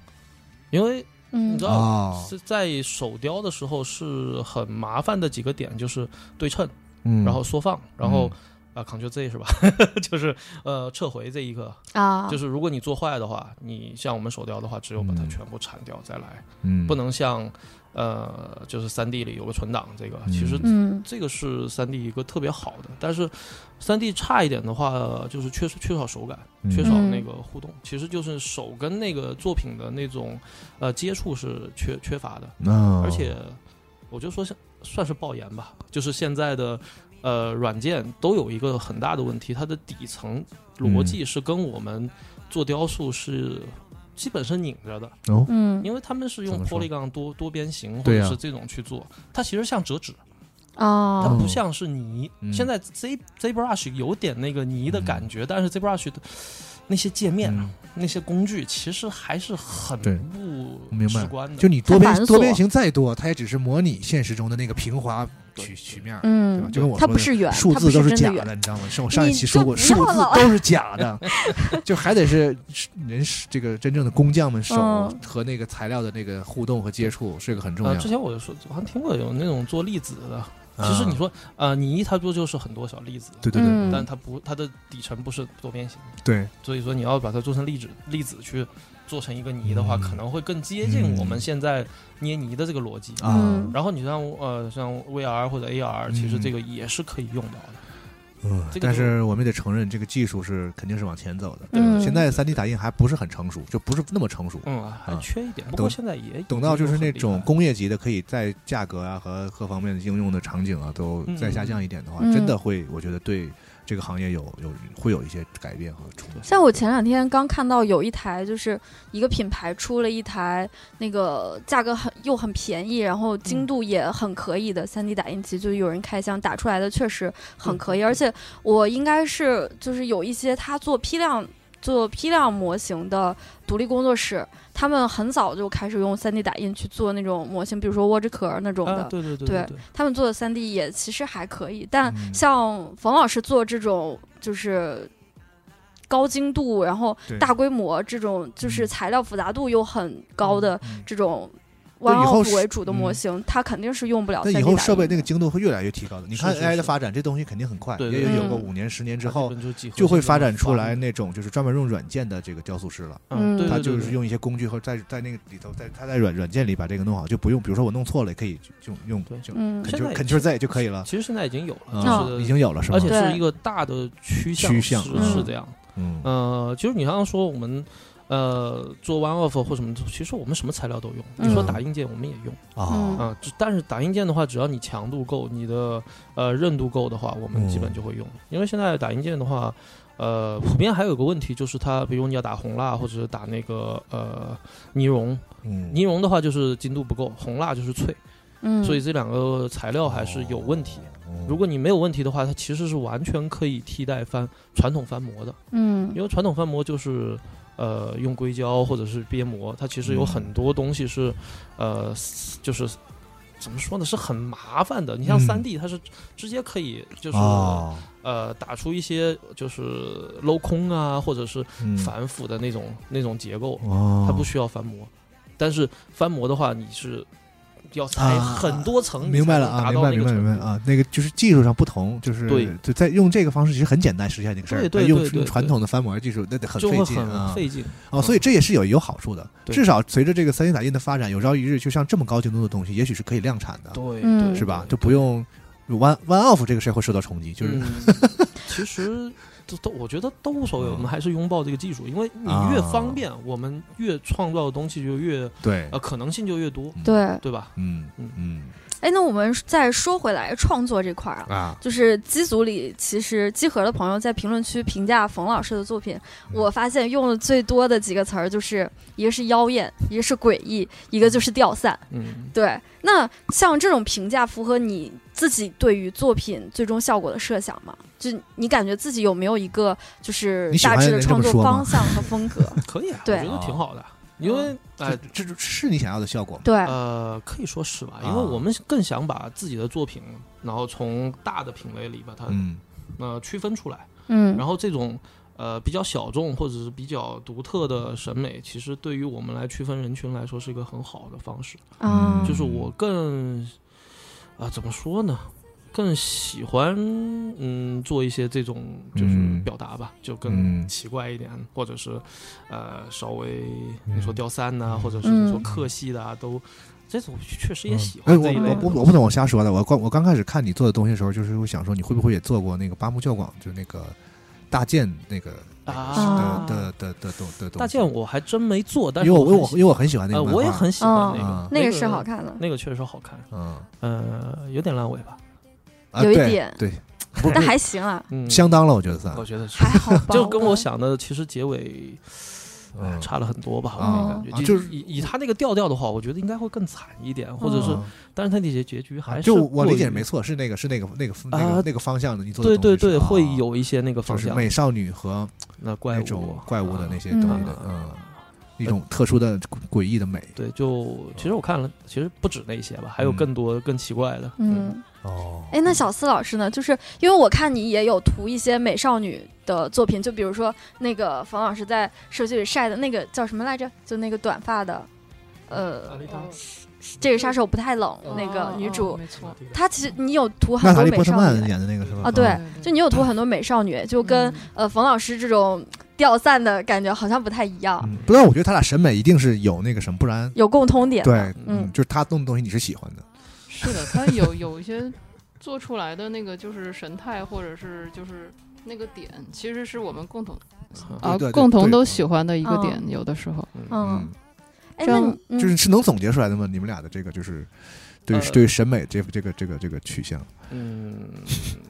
因为嗯你知道啊，是在手雕的时候是很麻烦的几个点，就是对称，嗯，然后缩放，然后啊 Ctrl Z 是吧？ <laughs> 就是呃撤回这一个，啊，就是如果你做坏的话，你像我们手雕的话，只有把它嗯全部铲掉再来，嗯，不能像呃就是三 D 里有个存档这个，嗯其实嗯这个是三 D 一个特别好的，但是三 D 差一点的话，就是缺缺少手感，嗯缺少那个互动，其实就是手跟那个作品的那种呃接触是缺缺乏的，嗯，而且我就说像算是爆言吧，就是现在的呃软件都有一个很大的问题，它的底层嗯逻辑是跟我们做雕塑是基本是拧着的，哦，嗯因为他们是怎用么说 polygon 多多边形或对者啊是这种去做，它其实像折纸。它哦，不像是泥。嗯现在 Z ZBrush 有点那个泥的感觉，但是 ZBrush 的那些界面、啊嗯那些工具其实还是很对不明白直观的。嗯就你多边它繁琐多边形再多，它也只是模拟现实中的那个平滑曲曲面儿，对吧？嗯，就跟我它说的不是圆，数它字不都是是假真的圆。的，你知道吗？是我上一你期就说过，不数要字老都是假 <laughs> 的，就还得是人这个真正的工匠们手嗯和那个材料的那个互动和接触，这个很重要呃，。之前我就说，我好像听过有那种做粒子的。啊其实你说，呃，泥它不就是很多小粒子，对对对嗯但它不，它的底层不是多边形，对，所以说你要把它做成粒子，粒子去做成一个泥的话，嗯可能会更接近嗯我们现在捏泥的这个逻辑。啊嗯然后你像呃像 VR 或者 AR，其实嗯这个也是可以用到的。嗯这个但就是我们得承认，这个技术是肯定是往前走的。嗯现在三 D 打印还不是很成熟，就不是那么成熟。嗯，还啊缺一点，不等过现在也等到就是那种工，工业级的，可以在价格啊和各方面的应用的场景啊都再下降一点的话，嗯真的会，我觉得对这个行业有有会有一些改变和冲击。像我前两天刚看到有一台，就是一个品牌出了一台那个价格很又很便宜，然后精度也很可以的三 D 打印机，就有人开箱打出来的确实很可以，对而且我应该是就是有一些他做批量。做批量模型的独立工作室，他们很早就开始用 3D 打印去做那种模型，比如说窝纸壳那种的。啊，对对对对对，他们做的三 D 也其实还可以，但嗯像冯老师做这种就是高精度，然后对大规模这种就是嗯材料复杂度又很高的嗯这种 one 以后 off 是嗯为主的模型，它肯定是用不了那 3D 打以印。后设备那个精度会越来越提高的。你看是是 AI 的是发展，这东西肯定很快，对也对有对个嗯五年、十年之之后，就会发展出来，那种就是专门用软件的这个雕塑师了。嗯，对他对对，就是对用一些工具和在在那个里头，在他在软软件里把这个弄好，就不用，比如说我弄错了，也可以就用对就嗯 c 现 t r 在 l Ctrl Z 也就可以了，其实现在已经有啊了，就已是经有了是吗而且？对是一个大的趋趋是向啊嗯是这样。嗯呃，其实你刚刚说我们呃做 one off 或什么，其实我们什么材料都用。嗯你说打印件我们也用啊嗯啊，只但是打印件的话，只要你强度够，你的呃韧度够的话，我们基嗯本就会用。因为现在打印件的话。呃，普遍还有个问题就是它，比如你要打红蜡或者是打那个呃尼龙，嗯尼龙的话就是精度不够，红蜡就是脆，嗯，所以这两个材料还是有问题。哦如果你没有问题的话，它其实是完全可以替代翻传统翻模的，嗯因为传统翻模就是呃用硅胶或者是鳖膜，它其实有嗯很多东西是呃就是怎么说呢，是很麻烦的。你像嗯三 D，它是直接可以就是、哦呃打出一些就是镂空啊，或者是嗯反腐的那种、那种结构，哦，它不需要翻模，但是翻模的话，你是要裁啊很多层，明白了啊，你明白才能达到那明个白程明度白。啊，那个就是技术上不同，就是对就在用这个方式其实很简单实现这个事儿，对对但用对对传统的翻模技术那得很就费会劲啊很。费劲，哦，所以这也是有有好处的，对至少随着这个三 D 打印的发展，有朝一日就像这么高精度的东西，也许是可以量产的。对，嗯对是吧？就不用 one one off 这个事儿会受到冲击，就是、嗯 <laughs> 其实都都，我觉得都无所谓，嗯我们还是拥抱这个技术，因为你啊越方便，我们越创造的东西就越对呃可能性就越多，对，对吧？嗯嗯嗯哎，那我们再说回来创作这块儿啊，啊，就是机组里，其实机核的朋友在评论区评价冯老师的作品，嗯我发现用的最多的几个词儿就是一个是妖艳，一个是诡异，一个就是掉散。嗯，对，那像这种评价符合你自己对于作品最终效果的设想吗？就你感觉自己有没有一个就是你喜大欢致的人这么创作说吗方向和 <laughs> 风格？可以啊，我对觉得挺好的，因为哎。这这是你想要的效果吗？对，呃，可以说是吧，因为啊我们更想把自己的作品，然后从大的品类里把它嗯呃区分出来，嗯然后这种呃比较小众或者是比较独特的审美，其实对于我们来区分人群来说是一个很好的方式。啊，就是我更啊怎么说呢？更喜欢嗯做一些这种就是嗯表达吧，就更嗯奇怪一点，或者是呃稍微嗯你说雕三呐、或者是嗯你说刻系的啊，都这种确实也喜哎，欢我这一类我的我我不懂，我瞎说的。我刚我刚开始看你做的东西的时候，就是我想说，你会不会也做过那个八木教广，就是那个大件那个啊。啊的的的的东的东西。大件我还真没做，但因是为我因为很我喜因为我很喜欢那呃个漫画，我也很喜欢那啊个，哦那个是好，看的，那个确实好看，嗯呃，有点烂尾吧，啊有一对点 <laughs> 对，但还行啊，嗯，相当了，我觉得算我觉得是还，好吧， <laughs> 就跟我想的其实结尾嗯差了很多吧，我啊感觉啊就就是以以他那个调调的话，我觉得应该会更惨一点，或者是，啊但是他那些结局还是就我理解没错，错，是那个是那个那个那啊个那个方向的，你做的对对东西是对，会啊有一些那个方就是向，美少女和那怪那物啊种怪物的那些嗯东西的，嗯，一种特殊的诡诡异的美。对，就其实我看了，其实不止那些吧，还有嗯更多更奇怪的，嗯。哦哎，那小思老师呢？就是因为我看你也有涂一些美少女的作品，就比如说那个冯老师在社区里晒的那个叫什么来着？就那个短发的，啊呃，这个杀手不太冷、哦那个女主，哦没错，她其实你有涂娜很塔多莉美波特少曼女演的那嗯个是吧？啊，对，就你有涂很多美少女，就跟、嗯呃冯老师这种掉散的感觉好像不太一样，嗯，不但我觉得他俩审美一定是有那个什么，不然有共通点。，对，嗯就是他弄的东西你是喜欢的，是的，他有有一些做出来的那个就是神态，或者是就是那个点，其实是我们共同对啊对对共同都喜欢的一个嗯点，有的时 <laughs> 候。嗯，哎、这那样你、嗯、就是是能总结出来的吗？你们俩的这个就是对于呃对于审美这这个这个这个取向，嗯，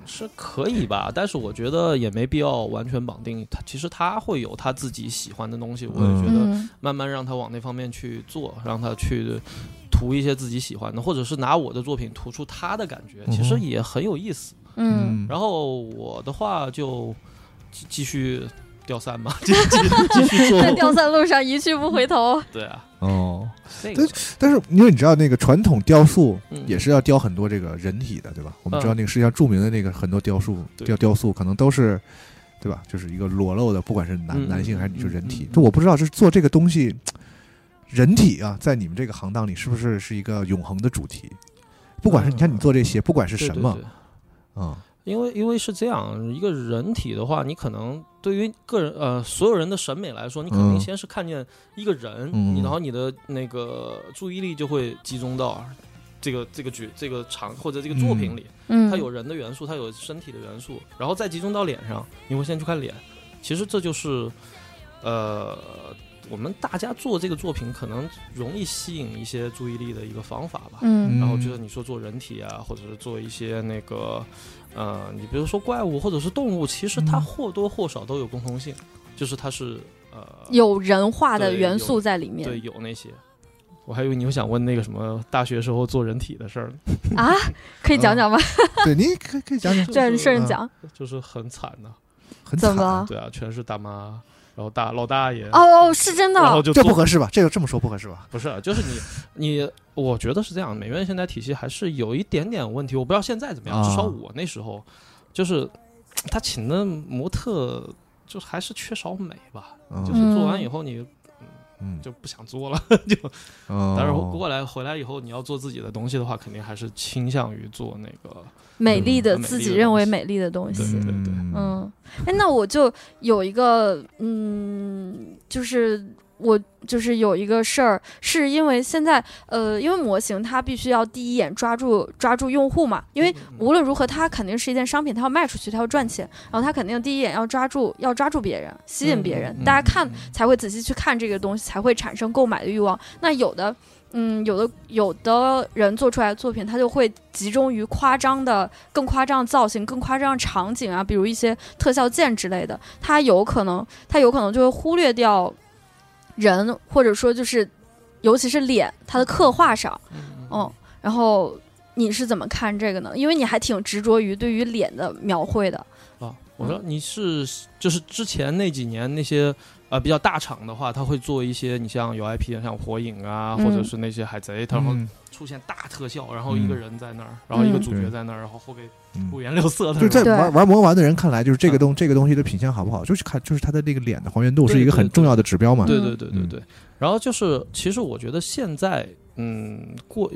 是可以吧，但是我觉得也没必要完全绑定他。其实他会有他自己喜欢的东西，我也觉得嗯慢慢让他往那方面去做，让他去涂一些自己喜欢的，或者是拿我的作品涂出他的感嗯觉，其实也很有意思。嗯然后我的话就继继续掉 <laughs> 散嘛，继续继续做在。掉散路上一去不回头。对啊，哦，那个但是因为你知道那个传统雕塑嗯也是要雕很多这个人体的，对吧？我们嗯知道那个世界上著名的那个很多雕塑对雕雕塑可能都是。对吧？就是一个裸露的，不管是男、嗯嗯男性还是女性嗯人体嗯，嗯就我不知道，就是做这个东西，人体啊，在你们这个行当里是不是是一个永恒的主题？不管是你看你做这些，不管是对什对么对啊，因为因为是这样，一个人体的话，你可能对于个人呃所有人的审美来说，你肯定嗯先是看见一个人，嗯你然后你的那个注意力就会集中到这个这个剧这个场或者这个作品里，嗯，它有人的元素，它有身体的元素，然后再集中到脸上，你会先去看脸。其实这就是呃我们大家做这个作品可能容易吸引一些注意力的一个方法吧。嗯然后就是你说做人体啊，或者是做一些那个，呃，你比如说怪物或者是动物，其实它嗯或多或少都有共通性，就是它是呃 <laughs> 有人化的对元有素在里面。对有那些。我还以为你会想问那个什么大学时候做人体的事儿呢，啊，可以讲讲吗？对，你可以可以讲讲， <laughs> <laughs> 这顺嗯着讲，就是很惨呐、很怎惨么了？对啊，全是大妈，然后大老大爷，哦哦，是真的嗯然后就这不做合适吧？这个这么说不合适吧？不是，就是你你，我觉得是这样，美院现在体系还是有一点点问题，我不知道现在怎么样，啊至少我那时候，就是他请的模特就还是缺少美吧，嗯就是做完以后你嗯，就不想做了， <laughs> 哦但是过来回来以后你要做自己的东西的话，肯定还是倾向于做那个，美丽的嗯美自丽己的认东为西美丽的东对西。对对嗯嗯，哎，那我就有一个，嗯，就是我就是有一个事儿，是因为现在，呃，因为模型它必须要第一眼抓住抓住用户嘛，因为嗯无论如何它肯定是一件商品，它要卖出去，它要赚钱，然后它肯定第一眼要抓住要抓住别人，吸引别人，嗯嗯大家看嗯才会仔细去看这个东西，才会产生购买的欲望。那有的，嗯，有的有的人做出来的作品，他就会集中于夸张的、更夸张的造型、更夸张的场景啊，比如一些特效键之类的，他有可能，他有可能就会忽略掉人，或者说就是，尤其是脸，它的刻画上，嗯嗯，然后。你是怎么看这个呢？因为你还挺执着于对于脸的描绘的，啊，我说你是就是之前那几年那些呃比较大厂的话，他会做一些你像有 IP 的像火影啊，或者嗯是那些海贼，他然后嗯出出现大特效，然后一个人在那儿，然后一个主角在那儿，然后后给嗯五，颜六色的就是在人，对玩玩魔丸的人看来，就是这个东这个东西的品相好不好，就是看就是他的那个脸的还原度是一个嗯对对很重要的指标嘛。对嗯对对对对。然后就是，其实我觉得现在，嗯，过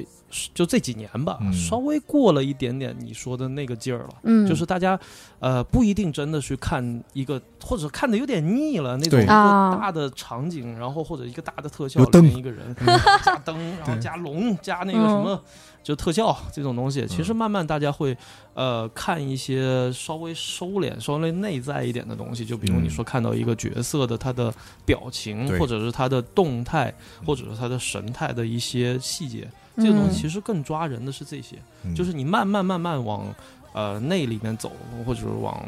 就这几年吧，嗯稍微过了一点点你说的那个劲儿了。嗯，就是大家，呃，不一定真的去看一个，或者看的有点腻了那种对一个啊大的场景，然后或者一个大的特效，有灯里面一个人 <laughs> 嗯 <laughs> 加灯，然后对加龙，加那嗯个什么，就特效这种东西。其嗯实慢慢大家会，呃，看一些稍微收敛、稍微内在一点的东西，就比如嗯你说看到一个角色的他的表情，对或者是他的动态，或者是他的神态的一些细节，这个嗯东西其实更抓人的是这些。嗯就是你慢慢慢慢往呃内里面走，或者往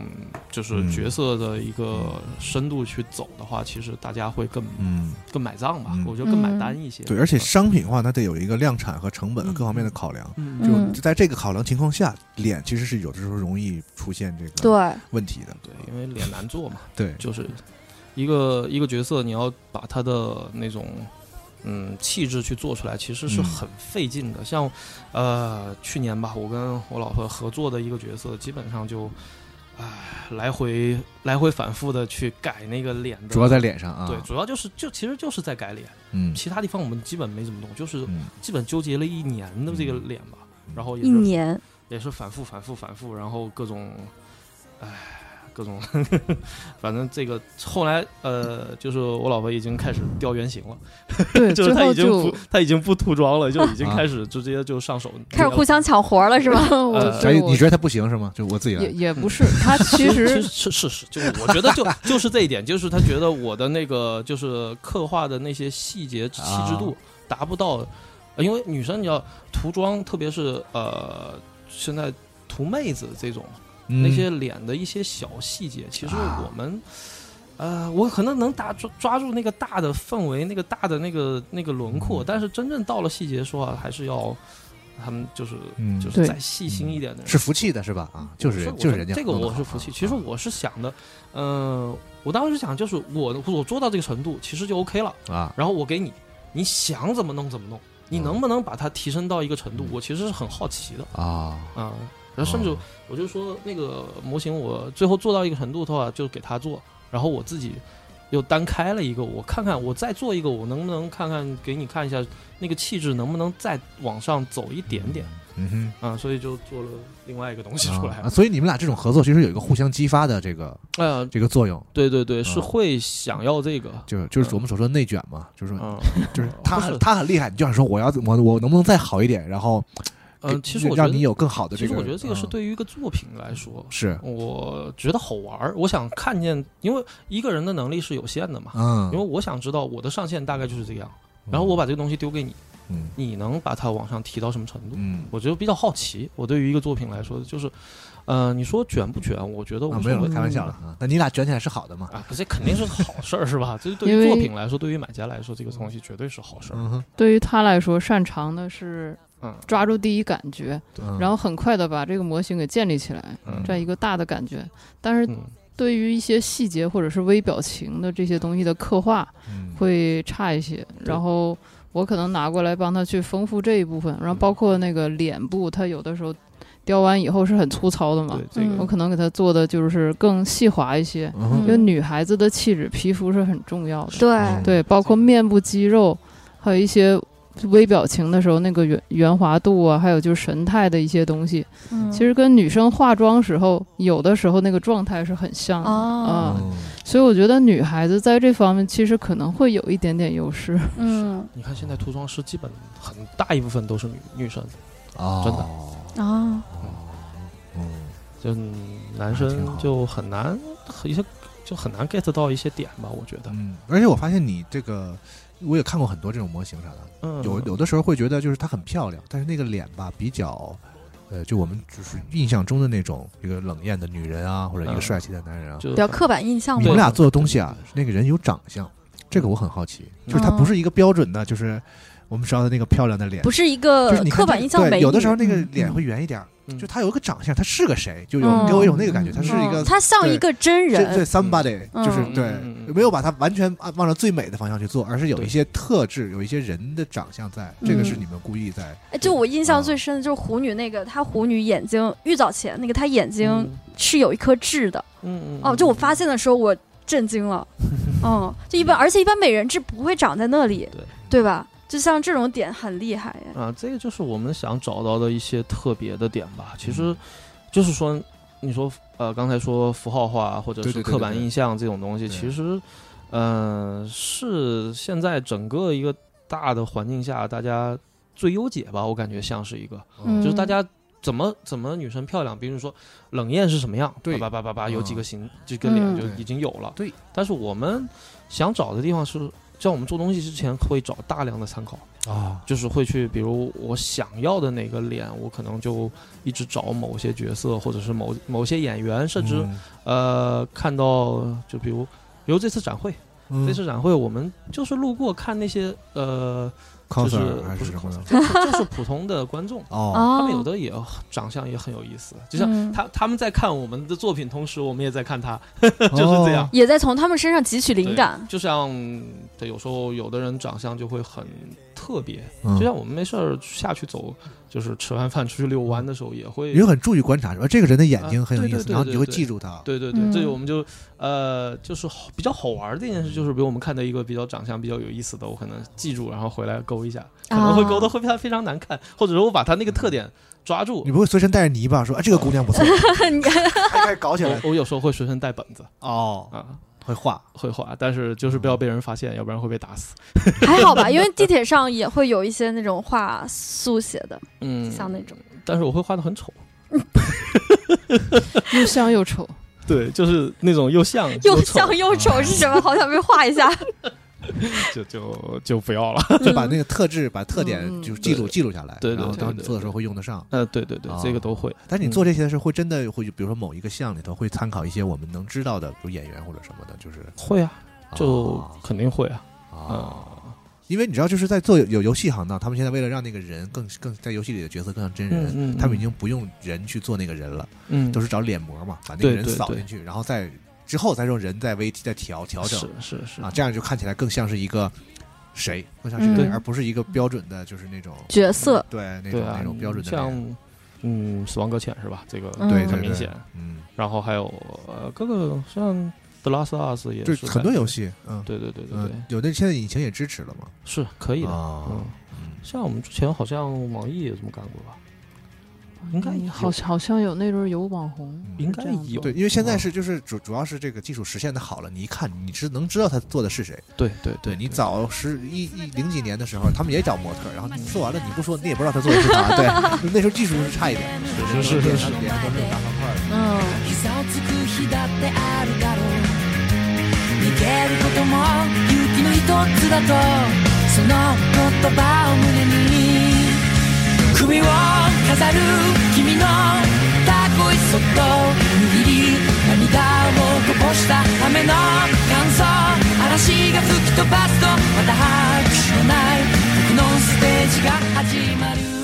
就是嗯角色的一个深度去走的话，其实大家会更嗯，更买账吧，嗯我觉得更买嗯单一些。对，而且商品化它得有一个量产和成本和各方面的考量。嗯，嗯就就在这个考量情况下，脸其实是有的时候容易出现这对个，问题的。对，因为脸难做嘛，对，就是一个一个角色，你要把他的那种。嗯，气质去做出来其实是嗯很费劲的。像，呃，去年吧，我跟我老婆合作的一个角色，基本上就，唉，来回来回反复的去改那个脸的，主要在脸上啊。对，主要就是就其实就是在改脸，嗯其他地方我们基本没怎么动，就是嗯基本纠结了一年的这个脸吧，然后也一是年，也是反复反复反复，然后各种，唉，各种，反正这个后来呃，就是我老婆已经开始掉原型了，对，就是最她后已经就不她已经不涂妆了，就已经啊开始就直接就上手开始互相抢活了是吧？我呃所对以我你觉得他不行是吗？就我自己来 <laughs> 也。也不是，他其其实实是是是，就是我觉得就就是这一点，就是他觉得我的那个就是刻画的那些细节细致度达不到，呃因为女生你要涂妆，特别是呃现在涂妹子这种嗯那些脸的一些小细节，其实啊我们。呃，我可能能打抓抓住那个大的氛围，那个大的那个那个轮廓，但是真正到了细节说啊，还是要他们就是、嗯就是对再细心一点的人。是服气的是吧？啊，就是我就是人家这个弄得我好是啊服气。其实我是想的，嗯，我当时想就是我我做到这个程度，其实就 OK 了。啊，然后我给你，你想怎么弄怎么弄，你嗯能不能把它提升到一个程度嗯？我其实是很好奇的啊，啊。然后甚至哦我就说那个模型，我最后做到一个程度的话，就给他做，然后我自己又单开了一个，我看看我再做一个，我能不能看看给你看一下那个气质能不能再往上走一点点嗯哼，啊？所以就做了另外一个东西出来啊，。所以你们俩这种合作其实有一个互相激发的这个呃，这个作用，对对对，是嗯会想要这个，就就是我们所说的内卷嘛，就是说嗯，就是不他是很他很厉害，你就想说我要我我能不能再好一点，然后嗯，给其实我觉让你得，有更好的其这实个，我觉得这个是嗯对于一个作品来说，是我觉得好玩儿，我想看见，因为一个人的能力是有限的嘛，嗯，因为我想知道我的上限大概就是这个样，然后我把这个东西丢给你，嗯你能把它往上提到什么程度？嗯我觉得比较好奇，我对于一个作品来说，就是，呃，你说卷不卷？我嗯觉得啊无没所有谓开玩笑了啊，那你俩卷起来是好的嘛？啊，这肯定是个好事儿，是吧？这对因于为作品来说，对于买家来说，这个东西绝对是好事儿。嗯哼，对于他来说，擅长的是嗯，抓住第一感觉，嗯然后很快的把这个模型给建立起来，嗯这样一个大的感觉。但是嗯对于一些细节或者是微表情的这些东西的刻画嗯会差一些，然后我可能拿过来帮他去丰富这一部分，然后包括那个脸部，他有的时候雕完以后是很粗糙的嘛对，这嗯个我可能给他做的就是更细滑一些，嗯哼因为女孩子的气质、皮肤是很重要的。对，嗯对，包括面部肌肉，还有一些微表情的时候那个圆圆滑度啊，还有就是神态的一些东西，嗯其实跟女生化妆时候有的时候那个状态是很像的。哦，嗯所以我觉得女孩子在这方面其实可能会有一点点优势。嗯你看现在涂妆师基本很大一部分都是女女生，哦，真的啊，嗯就男挺生好就很难一些就很难 get 到一些点吧，我觉得。嗯，而且我发现你这个。我也看过很多这种模型啥的，嗯，有有的时候会觉得就是她很漂亮，但是那个脸吧比较，呃，就我们就是印象中的那种一个冷艳的女人啊，或者一个嗯帅气的男人啊。就比较刻板印象你对们嘛，俩做的东西啊，那个人有长相，这个我很好奇，就是她不是一个标准的，就是我们知道的那个漂亮的脸不，是一个就是你看刻板这印象对美女，有的时候那个嗯脸会圆一点儿，嗯就他有一个长相，他是个谁，就有、嗯给我一种那个感觉，他是一嗯个他像一个真这这人， somebody，、嗯就是嗯对、嗯嗯嗯没有把它完全按往着最美的方向去做，而是有一对些特质，有一些人的长相在，这个是嗯你们故意在。哎，就我印象最深的就是虎女那个，她虎女眼睛玉藻前那个，她眼嗯睛是有一颗痣的。嗯嗯嗯哦，就我发现的时候我震惊 <laughs> 了。嗯，就一般，而且一般美人痣不会长在那里，对对吧？就像这种点很厉害耶。啊，这个就是我们想找到的一些特别的点吧。其实，嗯就是说，你说呃，刚才说符号化或者对是对对刻对板对印象这种东西，对其实，嗯、是现在整个一个大的环境下，大家最优解吧。我感觉像是一个，嗯就是大家。怎么怎么女生漂亮？比如说冷艳是什么样？对叭叭叭叭叭，有嗯几个形，这个脸嗯就已经有了。对，但是我们想找的地方是，在我们做东西之前会找大量的参考。啊，就是会去，比如我想要的哪个脸，我可能就一直找某些角色，或者是某某些演员，甚至、嗯呃，看到就比如，比如这次展会，嗯这次展会我们就是路过看那些呃，就是 coser 还不是是什么的 coser，就是就是普通的观众，啊哦，哦，他们有的也长相也很有意思，就像嗯他他们在看我们的作品，同时我们也在看他， <laughs> 就是这哦样。也在从他们身上汲取灵对感。 <laughs> 就像对，有时候有的人长相就会很特别，嗯，就像我们没事儿下去走，就是吃完饭出去遛弯的时候也会你。就很注意观察，说这个人的眼睛啊很有对意对思，对然后你对就会对记住他。对对对，嗯这个我们就呃，就是好比较好玩儿的一件事，就是比如我们看到一个比较长相比较有意思的，我可能记住，然后回来勾一下，可能会哦勾的会非常非常难看，或者说我把他那个特点抓住你。不会随身带着泥巴说啊，这个姑娘不错，还开始搞起来我我有时候会随身带本子哦，啊，会画会画，但是就是不要被人发嗯现，要不然会被打死。还好吧，因为地铁上也会有一些那种画速写的，嗯，像那种。但是我会画的很丑，又香又丑。对，就是那种又像又丑像又丑是什么？好想被画一下。就就就不要了。就把那个特质、把特点嗯就记录对记录下来，对对然后对到你对做的时候会用得上。 <laughs> 呃，对对对啊，这个都会。但是你嗯做这些的时候，会真的会，比如说某一个项里头会参考一些我们能知道的，比如演员或者什么的，就是会啊，就啊肯定会啊。啊，因为你知道，就是在做有游戏行当，他们现在为了让那个人更更在游戏里的角色更像真人，嗯嗯嗯他们已经不用人去做那个人了，嗯，都是是找脸模嘛，把那个对人对扫对进去，然后再之后再用人再微再调调整是是是啊，，这样就看起来更像是一个谁，更像是一个人，嗯而不是一个标准的，就是那种 <laughs> 角色，对那种对啊，那种标准的那种，像嗯，死亡搁浅是吧？这个嗯对对很对明显。嗯，然后还有呃，各个像《The Last of Us》也对是很多感觉游，戏，嗯。对对对对对嗯，，有的现在引擎也支持了嘛？是可以的。啊嗯，，像我们之前好像网易也这么干过吧？应该有嗯好，好像有那阵儿有网红，嗯应该这样子有。对，因为现在啊是就是主主要是这个技术实现的好了，你一看你是能知道他做的是谁。对对对你早十一一零几年的时候，他们也找模特儿，然后你说完了你不说，你也不知道他做的是啥。 <laughs> 对，那时候技术是差一点，是是是是脸都是大方块儿的。嗯，膝をつく日だってあるだろう逃げることも勇気の一つだとその言葉を胸に首を飾る君のたこいそっと握り涙をこぼした雨の感想嵐が吹き飛ばすとまた拍手のない僕のステージが始まる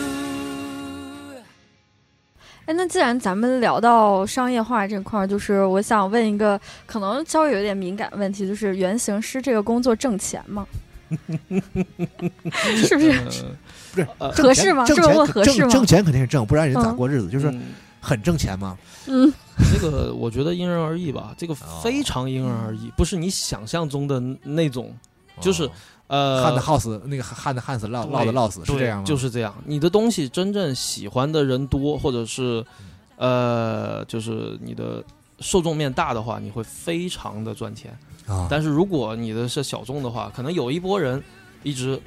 哎，那既然咱们聊到商业化这块儿，就是我想问一个可能稍微有点敏感问题，就是原型师这个工作挣钱吗？ <laughs> 是不是？ <laughs> 嗯挣钱合适吗挣这么钱问可合挣适吗挣钱肯定是挣，不然人咋嗯过日子？就是嗯很挣钱吗？嗯，这个我觉得因人而异吧，这个哦非常因人而异，不是你想象中的那种，就是哦呃，旱的耗死，那个旱的旱死，涝涝的对涝死，是对这样吗？就是这样。你的东西真正喜欢的人多，或者是嗯呃，就是你的受众面大的话，你会非常的赚钱。啊，但是如果你的是小众的话，可能有一波人一直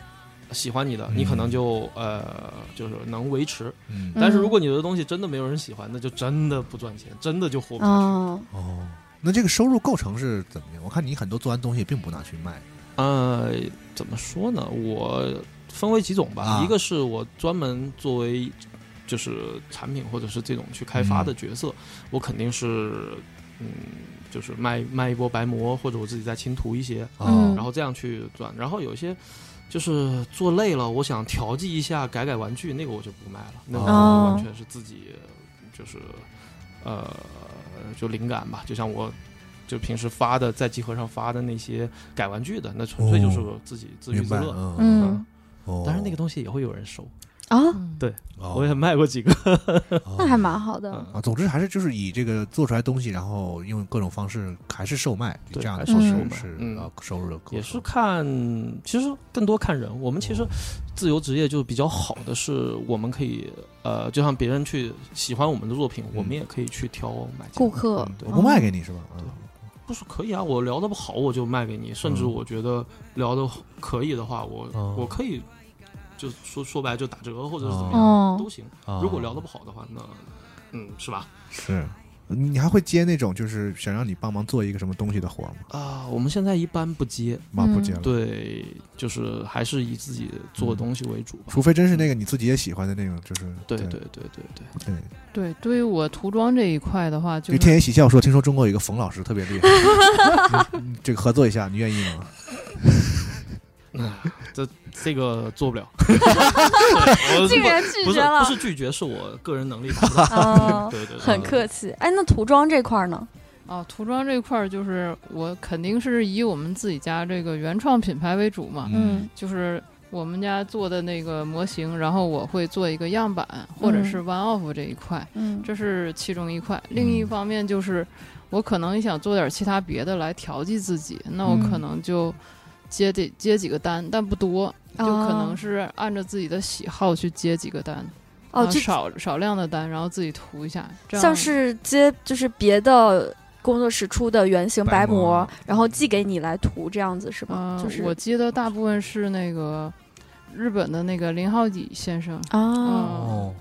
喜欢你的，嗯你可能就呃，就是能维持。嗯但是如果你的东西真的没有人喜欢，那就真的不赚钱，真的就活不下去。哦，哦，那这个收入构成是怎么样？我看你很多做完东西并不拿去卖呃，怎么说呢？我分为几种吧，啊一个是我专门作为就是产品或者是这种去开发的角色，我肯定是嗯，就是卖卖一波白膜，或者我自己再清图一些，嗯哦然后这样去赚。然后有一些就是做累了，我想调剂一下，改改玩具，那个我就不卖了，那个哦完全是自己就是呃就灵感吧，就像我。就平时发的，在集合上发的那些改玩具的，那纯粹就是我自己自哦娱明自白，乐。嗯，嗯嗯哦当然，那个东西也会有人收，啊，嗯对哦我也卖过几个。哦那还蛮好的。嗯啊，总之还是就是以这个做出来东西，然后用各种方式还是售卖，对这样的还是方式售卖是嗯呃收入的也是看，其实更多看人。我们其实自由职业就比较好的是，我们可以呃，就像别人去喜欢我们的作品，我们也可以去挑买家顾客嗯对我不卖给你是吧？嗯不是可以啊？我聊的不好，我就卖给你。甚至嗯我觉得聊的可以的话，我、哦我可以就说说白了就打折或者是怎么样、哦都行。啊如果聊的不好的话，那嗯是吧？是，你还会接那种就是想让你帮忙做一个什么东西的活吗？啊、我们现在一般不接，妈嗯不接了，对，就是还是以自己做东西为主吧。除非真是那个你自己也喜欢的那种，就是对对对对对对。对。对，对于我涂装这一块的话，就就是天野喜孝说，听说中国有一个冯老师特别厉害， <laughs> 嗯这个合作一下，你愿意吗？这这个做不了， <laughs> <laughs> 竟对然拒我不是绝了不，是拒绝，是我个人能力达不到。啊， <laughs> 对嗯 <laughs> 对，对很客气。哎，那涂装这块儿呢？啊，涂装这一块儿就是我肯定是以我们自己家这个原创品牌为主嘛，嗯就是我们家做的那个模型，然后我会做一个样板或者是 one off 这一块，嗯这是其中一块。另一方面就是我可能也想做点其他别的来调剂自己，那我可嗯能就接得接几个单，但不多，就可啊能是按照自己的喜好去接几个单。哦，啊就少啊少量的单，然后自己涂一下，这样像是接就是别的工作室出的原型白白膜膜，然后寄给你来涂，这样子是吗嗯，？就是我记得大部分是那个日本的那个林浩底先生，啊，哦嗯，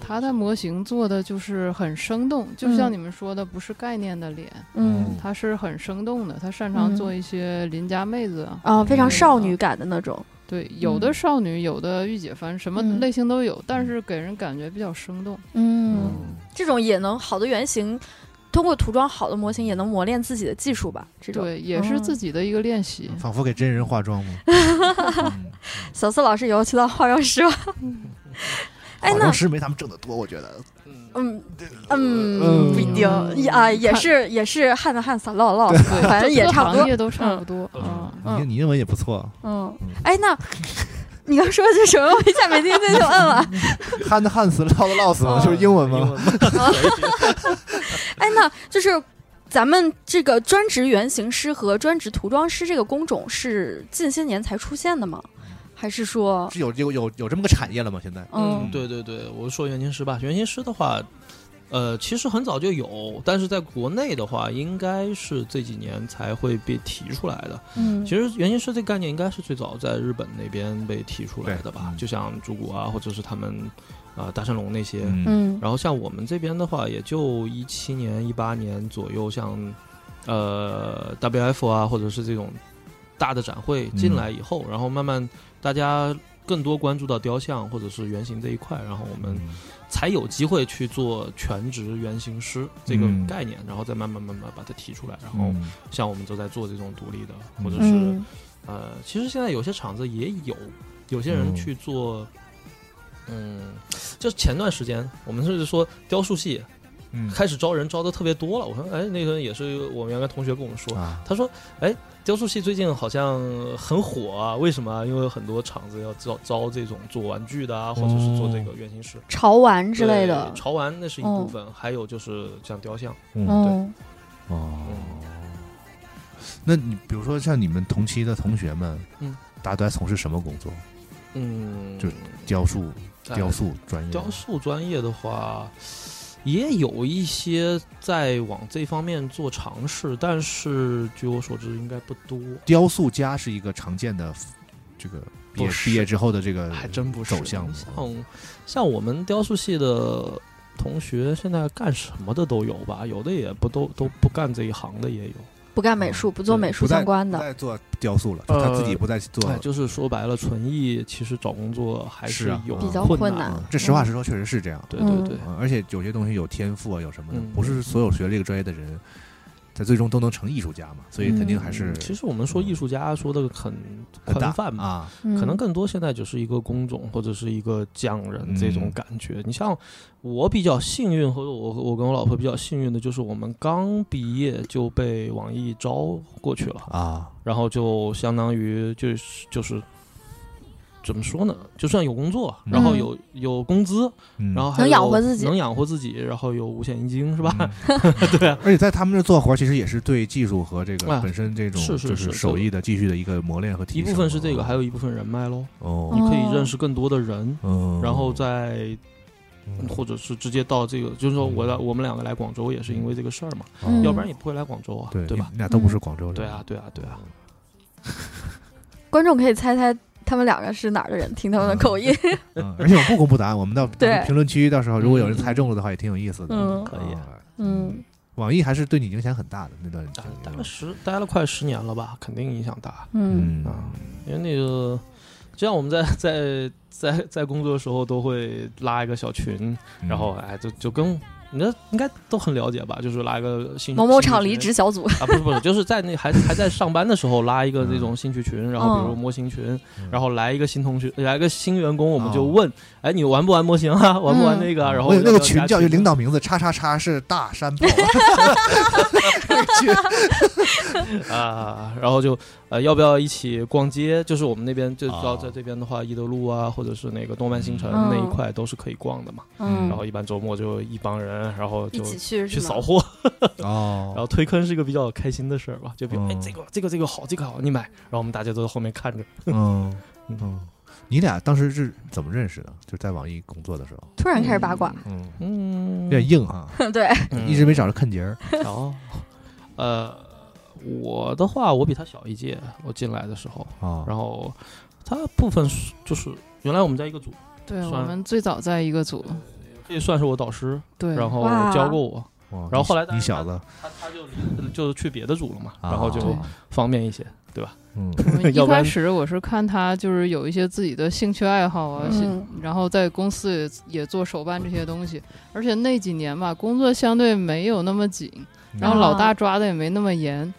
他的模型做的就是很生动，就像嗯你们说的，不是概念的脸，嗯他是很生动的，他擅长嗯做一些邻家妹子啊，啊，非常少女感的那种。对，有的少女，有的御姐番，什么嗯类型都有，但是给人感觉比较生动。嗯，这种也能好的原型，通过涂装好的模型也能磨练自己的嗯技术吧？这种对，也是自己的一个练习。嗯仿佛给真人化妆 <laughs> 吗？嗯小四老师以后去当化妆师吧。哎，化那妆师没他们挣得多，我觉得。嗯嗯，不一定也啊，也是也是汉的汉，散落落，对，反正也各个差不行多。业都差不多。嗯，你你英文也不错，嗯，哎， <laughs> 那你刚说的是什么？我一下没听清就摁了。憨的憨死，唠的唠死嘛，哦就是英文英嘛。 <laughs> 文哎，那就是咱们这个专职原型师和专职涂装师这个工种是近些年才出现的吗？还是说，是有有有有这么个产业了吗？现在嗯对对对，我说原型师吧，原型师的话，呃，其实很早就有，但是在国内的话，应该是这几年才会被提出来的。嗯其实原型师这个概念应该是最早在日本那边被提出来的吧对嗯，就像竹谷啊，或者是他们啊、呃大山龙那些，嗯然后像我们这边的话，也就一七年、一八年左右，像呃 WF 啊，或者是这种大的展会进来以后，然后慢慢大家更多关注到雕像或者是原型这一块，然后嗯我们才有机会去做全职原型师这个嗯概念，然后再慢慢慢慢把它提出来。然后嗯像我们都在做这种独立的，嗯或者是、嗯呃，其实现在有些厂子也有，有些人嗯去做，嗯，就前段时间我们甚至说雕塑系嗯开始招人招的特别多了。我说，哎，那个人也是我们原来同学跟我们说，啊，他说，哎，雕塑系最近好像很火啊，为什么啊？因为有很多厂子要招招这种做玩具的啊，或者是哦做这个原型师潮玩之类的对，潮玩那是一部分，还有就是像雕像，嗯嗯哦，那你比如说像你们同期的同学们，嗯，大家都在从事什么工作？嗯，就雕塑、哎雕塑专业，雕塑专业的话，也有一些在往这方面做尝试，但是据我所知应该不多，雕塑家是一个常见的这个毕业不是毕业之后的这个还真不是呃走向吗像像我们雕塑系的同学，现在干什么的都有吧，有的也不都都不干这一行的也有。不干美术，不做美术不再相关不的，再做雕塑了，就他自己不再去做哎，。就是说白了，纯艺其实找工作还是啊有嗯比较困难。嗯，这实话实说，确实是这样。对对嗯对，嗯而且有些东西有天赋啊，有什么的，嗯不是所有学这个专业的人他最终都能成艺术家嘛，所以肯定还是嗯其实我们说艺术家说的很很大宽泛嘛，啊，嗯可能更多现在就是一个工种或者是一个匠人这嗯种感觉。你像我比较幸运，或者我我跟我老婆比较幸运的，就是我们刚毕业就被网易招过去了，啊，然后就相当于就是就是怎么说呢，就算有工作，嗯然后有、有工资，嗯然后还有能养活自己能养活自己，然后有五险一金是吧？嗯 <laughs> 对啊，而且在他们这做活儿，其实也是对技术和这个啊本身这种是是就是是手艺的继续的一个磨练和提一升。部分是这个，还有一一部分人脉喽，哦你，可以认识更多的人，嗯，然后再嗯或者是直接到这个，就是说我来我们两个来广州也是因为这个事儿嘛，嗯哦要不然也不会来广州啊，对对吧？你俩都不是嗯广州人，对啊，，对啊，对啊，观众可以猜猜他们两个是哪儿的人，听他们的口音。嗯，而且我们不公布答案，我们到对评论区到时候如果有人猜中了的话，也挺有意思的。嗯嗯可以啊嗯，网易还是对你影响很大的那段待经历待了十待了快十年了吧，肯定影响大，嗯，嗯，因为那个。就像我们在在在在工作的时候，都会拉一个小群，嗯然后哎，就就跟你这应该都很了解吧？就是拉一个兴趣某某兴趣厂群离职小组，啊，不是不是，就是在那还还在上班的时候拉一个这种兴趣群，然后比如嗯模型群嗯，然后来一个新同学，来个新员工，我们就问，哎，你玩不玩模型啊？玩不玩那个啊？然后我有哦那要个不要群加叫就群领导名字叉叉叉是大山 <laughs> 炮，那个群啊，然后就呃，要不要一起逛街？就是我们那边就哦到在这边的话，伊德路啊，或者是那个动漫新城嗯那一块都是可以逛的嘛。嗯然后一般周末就一帮人，然后一就起去去是吗扫货，哦，然后推坑是一个比较开心的事儿吧。就比如哦哎，这个这个这个好，这个好，你买，然后我们大家都在后面看着。嗯，嗯，你俩当时是怎么认识的？就是在网易工作的时候，突然开始八卦。嗯，嗯有，点硬哈， <laughs> 对，嗯一直没找着看节儿。 <laughs> 然后，呃，我的话，我比他小一届，我进来的时候，啊，然后他部分是就是原来我们在一个组，对我算们最早在一个组，可以算是我导师，对，然后哇教过我，哇然后后来哦你大家你小子，他他就离就去别的组了嘛，啊然后就对方便一些，对吧？嗯 <laughs> 我们要一不然开始我是看他就是有一些自己的兴趣爱好啊，嗯兴然后在公司也也做手办这些东西，而且那几年吧，工作相对没有那么紧，然后老大抓的也没那么 <laughs> 严，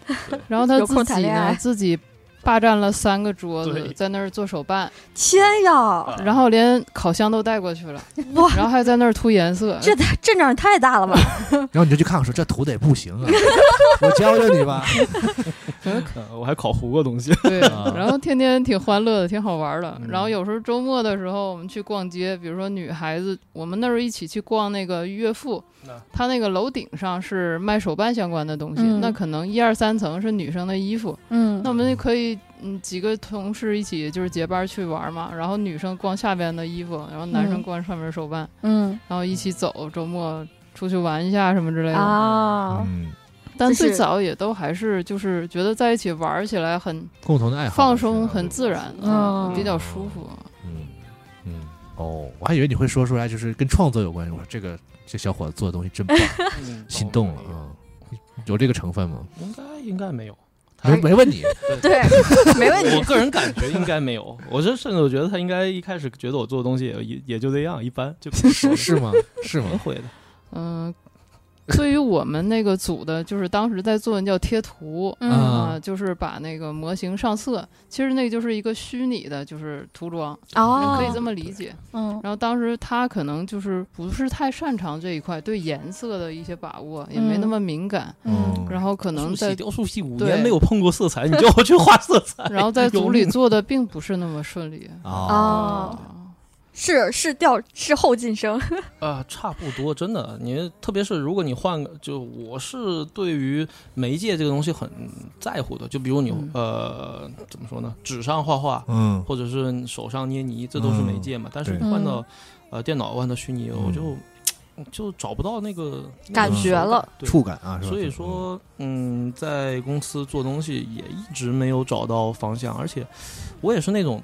然后他啊有空自谈己恋爱呢自己霸占了三个桌对子，在那儿做手办，天呀，啊然后连烤箱都带过去了，哇，然后还在那儿涂颜色，这太阵仗也太大了吧？然后你就去看看，说这徒弟也不行啊， <laughs> 我教教你 <laughs> 吧。呃我还烤糊过东西，对，啊然后天天挺欢乐的，挺好玩的嗯。然后有时候周末的时候，我们去逛街，比如说女孩子，我们那时候一起去逛那个岳父啊，他那个楼顶上是卖手办相关的东西，嗯那可能一二三层是女生的衣服，嗯那我们就可以嗯几个同事一起就是结伴去玩嘛，然后女生逛下边的衣服，然后男生嗯逛上面手办，嗯然后一起走，周末出去玩一下什么之类的。啊，嗯，但就是最早也都还是就是觉得在一起玩起来很共同的爱好，放松很自然，嗯嗯，比较舒服。嗯嗯，哦，我还以为你会说出来，就是跟创作有关系。我说这个这小伙子做的东西真 <laughs> 棒，心动了啊。有这个成分吗？嗯应该应该没有，没没问 <laughs> 你，对，没问我题。个人感觉应该没有，我是甚至我觉得他应该一开始觉得我做的东西也也也就这样，一般就是是吗？是怎么吗？会的？嗯，对于我们那个组的，就是当时在做的叫贴图。嗯啊，就是把那个模型上色，其实那个就是一个虚拟的，就是涂装，哦，可以这么理解。哦嗯然后当时他可能就是不是太擅长这一块，对颜色的一些把握也没那嗯么敏感，嗯嗯然后可能能在在雕塑系五对年没有碰过色彩，你叫我去画色彩， <laughs> 然后在有组里命做的并不是那么顺利。哦，是是调是后晋升，啊、差不多，真的。你特别是如果你换个，就我是对于媒介这个东西很在乎的。就比如你、嗯呃，怎么说呢？纸上画画，嗯或者是手上捏泥，这都是媒介嘛。但是对嗯你换嗯到呃电脑，换到虚拟，我就就找不到那个感觉了。那个手感对触感啊，是吧？所以说，嗯，在公司做东西也一直没有找到方向，而且我也是那种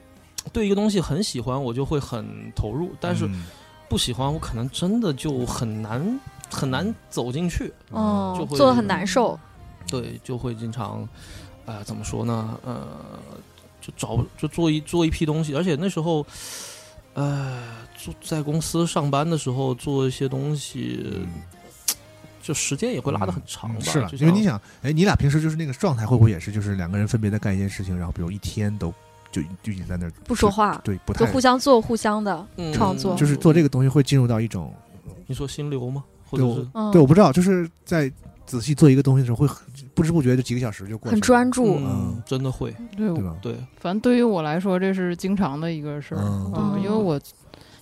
对一个东西很喜欢，我就会很投入，但是嗯不喜欢，我可能真的就很难很难走进去。哦嗯就，会做的很难受。对，就会经常，呃，怎么说呢？呃，就找就做一做一批东西，而且那时候，呃，做在公司上班的时候做一些东西，就时间也会拉得很长吧。嗯是了，就因为你像想，哎，你俩平时就是那个状态，会不会也是就是两个人分别在干一件事情，然后比如一天都就就一直在那儿不说，话，对，不就太互相做互相的。嗯创作就是做这个东西会进入到一种，你说心流吗？或对者我是嗯，对，我不知道，就是在仔细做一个东西的时候，会很不知不觉就几个小时就过去了，很专注。嗯，真的会，对，对吧？对，反正对于我来说，这是经常的一个事儿。嗯嗯，因为我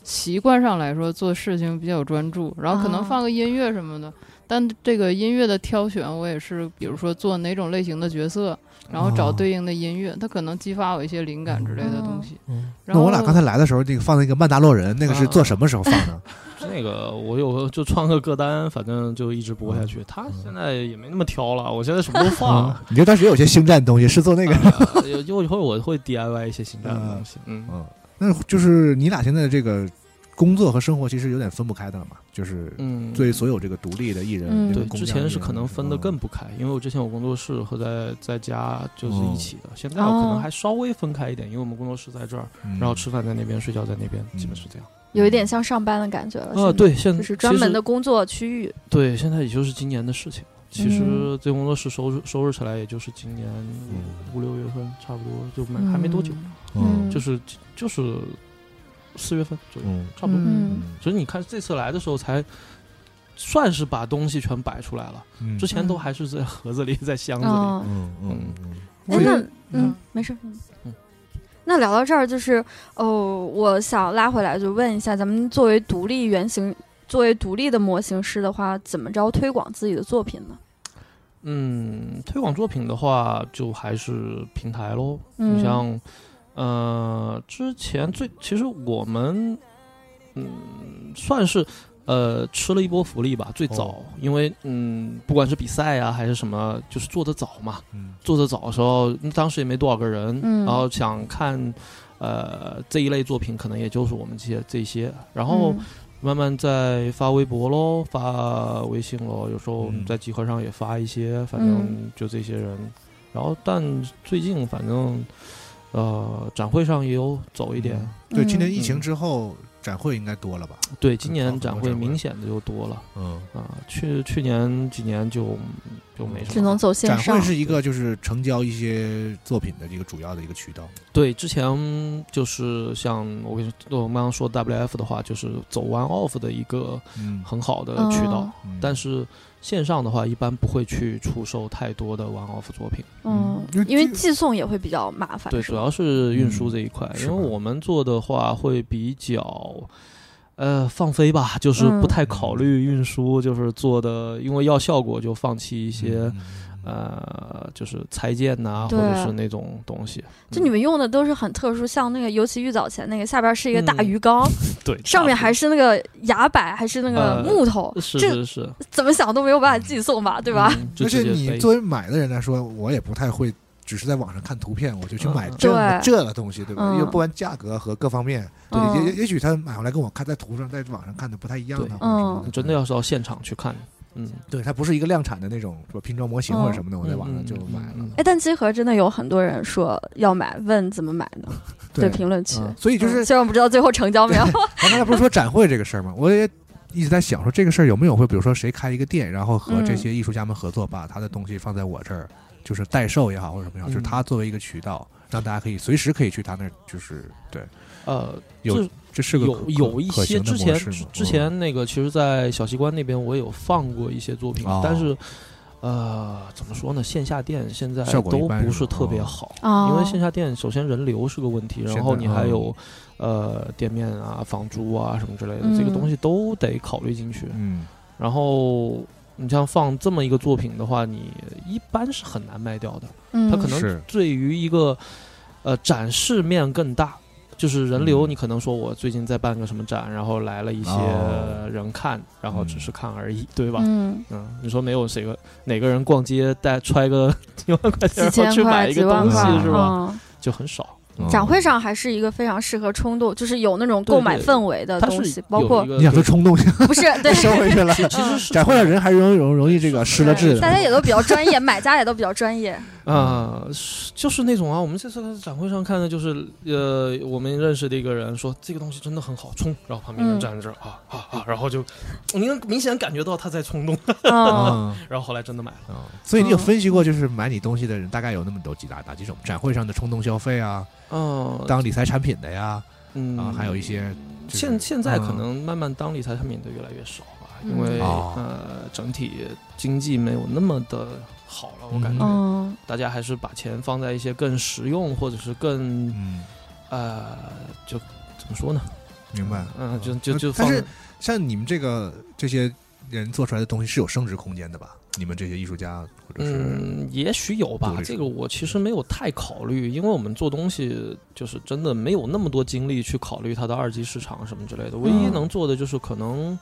习惯上来说做事情比较专注，然后可能哦放个音乐什么的，但这个音乐的挑选我也是，比如说做哪种类型的角色，然后找哦对应的音乐，它可能激发我一些灵感之类的东西。嗯，啊那然后我俩刚才来的时候，那个放那个曼达洛人，那个是做什么时候放的？那个我有就创个歌单，反正就一直播下去。他现在也没那么挑了，我现在什么都放。嗯，你就当时也有些星战东西是做那个，呃有有一会儿我会 DIY 一些新的东西，嗯，嗯，那就是你俩现在这个工作和生活其实有点分不开的了嘛，就是嗯，对所有这个独立的艺人，嗯这对个，工嗯之匠艺前是人可能分得更不开，因为我之前有工作室和在在家就是哦一起的，现在我哦可能还稍微分开一点，因为我们工作室在这儿，嗯然后吃饭在那边，睡觉在那边，基本是这样。有一点像上班的感觉了。啊，哦现在，对，现就是专门的其实工作区域。对，现在也就是今年的事情。其实嗯这工作室收拾收拾起来，也就是今年五六月份，差不多就没嗯嗯还没多久，嗯嗯就是就是四月份左右，嗯差不多。嗯所以你看这次来的时候，才算是把东西全摆出来了。嗯之前都还是在盒子里，在箱子里。哦，嗯嗯嗯哎，我那也嗯嗯，没事。嗯嗯那聊到这儿，就是哦，我想拉回来，就问一下，咱们作为独立原型，作为独立的模型师的话，怎么着推广自己的作品呢？嗯，推广作品的话，就还是平台喽。嗯你像，呃，之前最其实我们，嗯，算是呃吃了一波福利吧。最早，哦因为嗯，不管是比赛啊还是什么，就是做的早嘛。嗯做的早的时候，当时也没多少个人，嗯然后想看，呃，这一类作品可能也就是我们这些这些，然嗯后慢慢再发微博喽，发微信喽，有时候我们嗯在集合上也发一些，嗯反正就这些人。然后，但最近反正，呃，展会上也有走一点。对，嗯今年疫情之后展会应该多了吧？对，今年很多展展会会明显的就多了嗯，啊、去去年几年就就没什么，只能走线展上会。是一个就是成交一些作品的一个主要的一个渠道。对，之前就是像我跟你我刚刚说 WF 的话，就是走 one off 的一个嗯，很好的渠道，哦嗯但是线上的话，一般不会去出售太多的 one off 作品。嗯因为，因为这寄送也会比较麻烦。对，是主吧要是运输这一块，嗯因是为吧我们做的话会比较。呃，放飞吧，就是嗯不太考虑运输，就是做的，因为要效果就放弃一些，嗯呃，就是拆件呐、或对者是那种东西。就你们用的都是很特殊，像那个，尤其玉藻前那个下边是一个大嗯鱼缸，对上面还是是那个崖柏，还是那个呃木头，是这是是，怎么想都没有办法寄送吧，对吧？嗯？ <laughs> 就而且直接你背作为买的人来说，我也不太会，只是在网上看图片我就去买嗯这对这个东西，对吧？嗯又不管价格和各方面，嗯对，也也也许他买回来跟我看在图上在网上看的不太一样的对，或者什么嗯你真的要是到现场去看，嗯，对，它不是一个量产的那种说拼装模型或者什么的，我在网上就买了。嗯嗯哎，但集合真的有很多人说要买，问怎么买呢？对评论区，嗯所以就是嗯虽然我不知道最后成交 <laughs> 没有，咱刚才不是说展会这个事儿吗？我也一直在想说这个事儿有没有会，比如说谁开一个店，然后和嗯这些艺术家们合作，把他的东西放在我这儿，就是代售也好或者什么样，就是嗯他作为一个渠道，让大家可以随时可以去他那儿，就是对，呃，有这这是个有可有一可些行的之模前式嗯之吗之前那个，其实，在小西关那边我有放过一些作品哦，但是呃，怎么说呢？线下店现在效果一都般不是是吧特别哦好，啊因为线下店首先人流是个问题，现然后在你还有呃店面啊、房租啊什么之类的，这个嗯东西都得考虑进去。嗯然后你像放这么一个作品的话，你一般是很难卖掉的。嗯它可是能对于一个呃展示面更大，就是人流，嗯你可能说我最近在办个什么展，然后来了一些哦人看，然后只是看而已，对吧？嗯，嗯，你说没有谁个哪个人逛街带揣个几万块钱几然后 <laughs> 千去买块、一几个万东西块是吧？嗯就很少。嗯展会上还是一个非常适合冲动，就是有那种对购买对氛围的它呃东是西，包括 <laughs> 有一个你想说 <laughs> 对冲 <laughs> 动性不 <laughs> 是对。收回去了，其实是展会上人还容易容容易这个失了智大 <laughs> 的。家也都比较专业，买家也都比较专业。嗯啊、是就是那种啊，我们这次在展会上看的，就是呃，我们认识的一个人说这个东西真的很好冲，然后旁嗯边人站在这儿、啊啊啊，然后就你能明显感觉到他在冲动，嗯，啊然后后来真的买了，啊！所以你有分析过，就是买你东西的人大概有那么多几大哪几种？展会上的冲动消费啊，哦、当理财产品的呀，嗯啊，还有一些就是现现在可嗯能慢慢当理财产品的越来越少吧，嗯因为、哦呃整体经济没有那么的好了，我感觉、嗯嗯，大家还是把钱放在一些更实用或者是更嗯，呃就怎么说呢？明白。嗯、就就就但放是像你们这个这些人做出来的东西是有升值空间的吧？你们这些艺术家或者是嗯，也许有独吧立。这出个我其实没有太考虑，因为我们做东西就是真的没有那么多精力去考虑它的二级市场什么之类的。唯一嗯能做的就是可能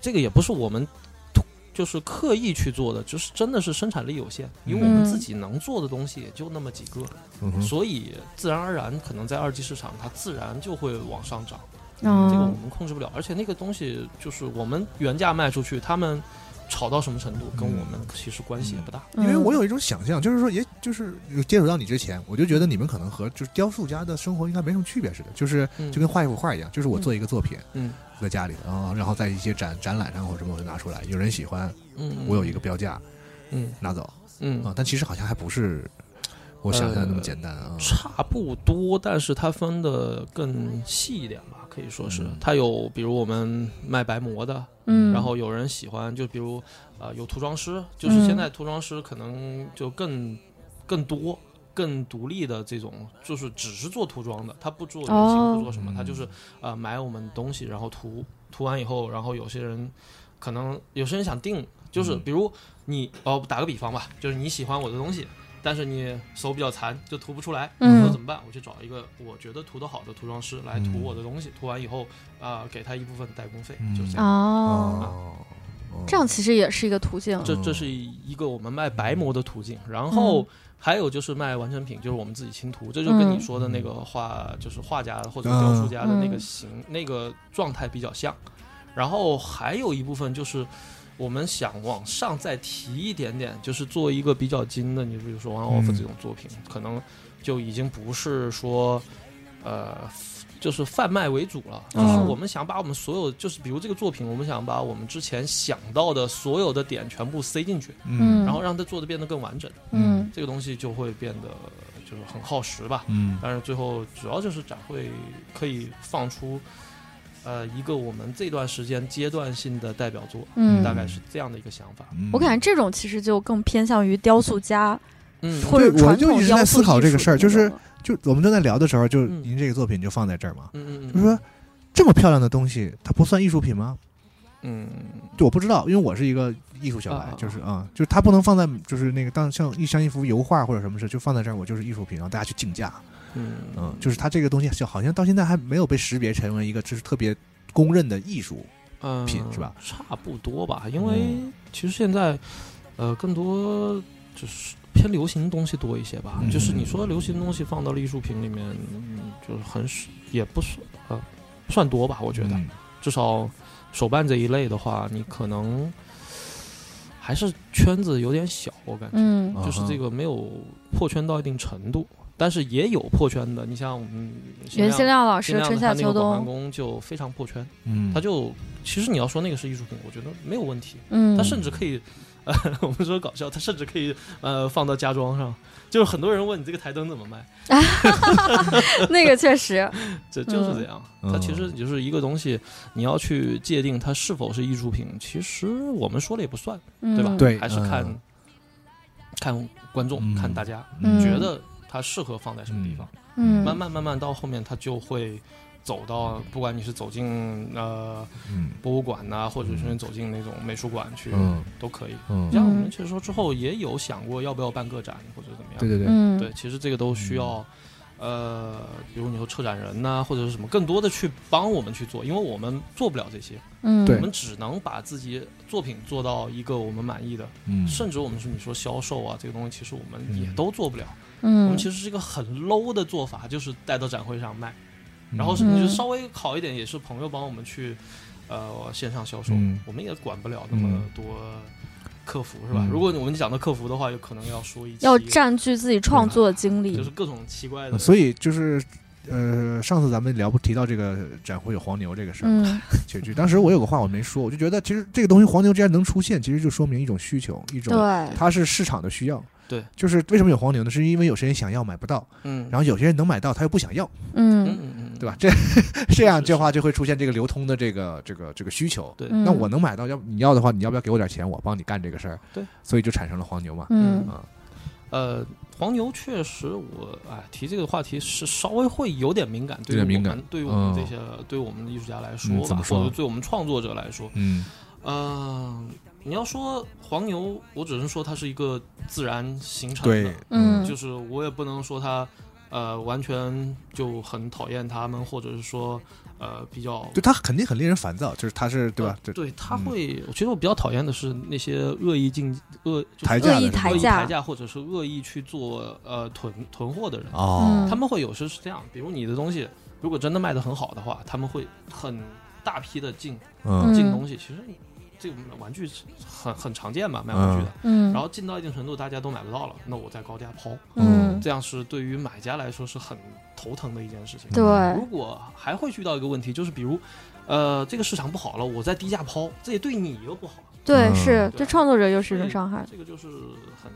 这个也不是我们突就是刻意去做的，就是真的是生产力有限，因为我们嗯自己能做的东西也就那么几个，嗯哼所以自然而然可能在二级市场它自然就会往上涨。嗯哦这个我们控制不了，而且那个东西就是我们原价卖出去，他们炒到什么程度，嗯跟我们其实关系也不大。因为我有一种想象，就是说，也就是接触到你之前，我就觉得你们可能和就是雕塑家的生活应该没什么区别似的，就是嗯就跟画一幅画一样，就是我做一个作品，嗯，在家里啊、然后在一些展展览上或者什么，我就拿出来，有人喜欢，嗯，我有一个标价嗯拿走嗯呃啊、但其实好像还不是我想象的那么简单啊。差不多，但是它分的更细一点吧，可以说是嗯它有，比如我们卖白膜的，嗯，然后有人喜欢，就比如呃有涂装师，就是现在涂装师可能就更更多。更独立的这种，就是只是做涂装的，他不做流行，哦不做什么，他就是呃买我们东西，然后涂涂完以后，然后有些人可能有些人想定，就是嗯比如你哦打个比方吧，就是你喜欢我的东西，但是你手比较残，就涂不出来，嗯那怎么办？我去找一个我觉得涂得好的涂装师来涂嗯我的东西，涂完以后啊、给他一部分代工费，嗯就这样。嗯哦，哦，哦这样其实也是一个途径，这嗯这是一个我们卖白膜的途径，然后还有就是卖完成品，就是我们自己亲涂，这就跟嗯你说的那个画，就是画家或嗯者雕塑家的那个形、那个状态比较像。然后还有一部分就是我们想往上再提一点点，就是做一个比较精的，你比如说 One Off 嗯这种作品，可能就已经不是说呃。就是贩卖为主了，就嗯是我们想把我们所有，就是比如这个作品，我们想把我们之前想到的所有的点全部塞进去，嗯然后让它做的变得更完整，嗯嗯这个东西就会变得就是很耗时吧。嗯但是最后主要就是展会可以放出，呃，一个我们这段时间阶段性的代表作，嗯大概是这样的一个想法。嗯我感觉这种其实就更偏向于雕塑家嗯，或者对我传就统一直雕在塑思考艺这个术事儿的就那是种就我们正在聊的时候，就嗯您这个作品就放在这儿嘛，嗯嗯就是嗯，说这么漂亮的东西，它不算艺术品吗？嗯就我不知道，因为我是一个艺术小白，啊嗯就是啊、就是它不能放在就是那个当像一像一幅油画或者什么事，就放在这儿，我就是艺术品，然后大家去竞价，嗯嗯，就是它这个东西就好像到现在还没有被识别成为一个就是特别公认的艺术，嗯品是吧？嗯差不多吧，因为其实现在，呃，更多就是偏流行东西多一些吧。嗯就是你说流行东西放到了艺术品里面，嗯就是很少也不算呃不算多吧，我觉得。嗯至少手办这一类的话，你可能还是圈子有点小，我感觉、嗯嗯就是啊哈这个没有破圈到一定程度，但是也有破圈的。你像我们袁新新亮老新师亮春的他夏那秋个广寒冬，宫就非常破圈，嗯，他就其实你要说那个是艺术品，我觉得没有问题，嗯他甚至可以。呃， <laughs> 我们说搞笑，他甚至可以呃放到家装上，就是很多人问你这个台灯怎么卖，那个确实，这就是这样。嗯它其实就是一个东西，你要去界定它是否是艺术品，其实我们说了也不算，对对吧？对还是看、嗯看观众、嗯看大家、嗯觉得它适合放在什么地方。嗯，慢慢慢慢到后面，它就会走到，不管你是走进呃嗯博物馆呐、或者是走进那种美术馆去，嗯都可以。嗯像我们其实说之后也有想过要不要办个展或者怎么样，对对嗯对，嗯，对，其实这个都需要，呃，比如你说策展人呐、或者是什么，更多的去帮我们去做，因为我们做不了这些，嗯，对我们只能把自己作品做到一个我们满意的，嗯甚至我们说你说销售啊这个东西，其实我们也嗯都做不了。我嗯们其实是一个很 low 的做法，就是带到展会上卖，然后嗯是你就嗯稍微好一点，也是朋友帮我们去。呃，线上销售、嗯我们也管不了那么嗯多客服是吧？嗯如果我们讲到客服的话，有可能要说一期要占据自己创作精就力是。各种奇怪的。嗯所以就是。呃，上次咱们聊不提到这个展会有黄牛这个事儿，嗯，确实，当时我有个话我没说，我就觉得其实这个东西黄牛既然能出现，其实就说明一种需求，一种对，它是市场的需要。对，就是为什么有黄牛呢？是因为有些人想要买不到，嗯，然后有些人能买到，他又不想要，嗯嗯嗯嗯，对吧？吧？ <laughs> 这这样是的话就会出现这个流通的这个这个这个需求。对，嗯那我能买到，要你要的话，你要不要给我点钱，我帮你干这个事儿？对，所以就产生了黄牛嘛。嗯啊，呃，黄牛确实我，哎提这个话题是稍微会有点敏感，对于有点我敏们感对于我们这嗯些、对于我们的艺术家来嗯说吧，怎么说或者对我们创作者来说，嗯嗯，你要说黄牛，我只能说它是一个自然形成的对，，嗯就是我也不能说它，呃，完全就很讨厌他们，或者是说，呃，比较就他肯定很令人烦躁，就是他是对吧？呃这对，他嗯会，我其实我比较讨厌的是那些恶意竞恶嗯就是抬价恶的意是吧抬恶意抬价，价，或者是恶意去做呃囤囤货的人，啊哦，嗯他们会有时是这样，比如你的东西如果真的卖得很好的话，他们会很大批的进嗯进东西，其实你这个玩具是很很常见嘛，卖玩具的，嗯，然后进到一定程度大家都买不到了，那我再高价抛，嗯，这样是对于买家来说是很头疼的一件事情。对，如果还会遇到一个问题，就是比如，呃，这个市场不好了，我再低价抛，这也对你又不好，对，嗯是对对创作者又是一种伤害。这个就是很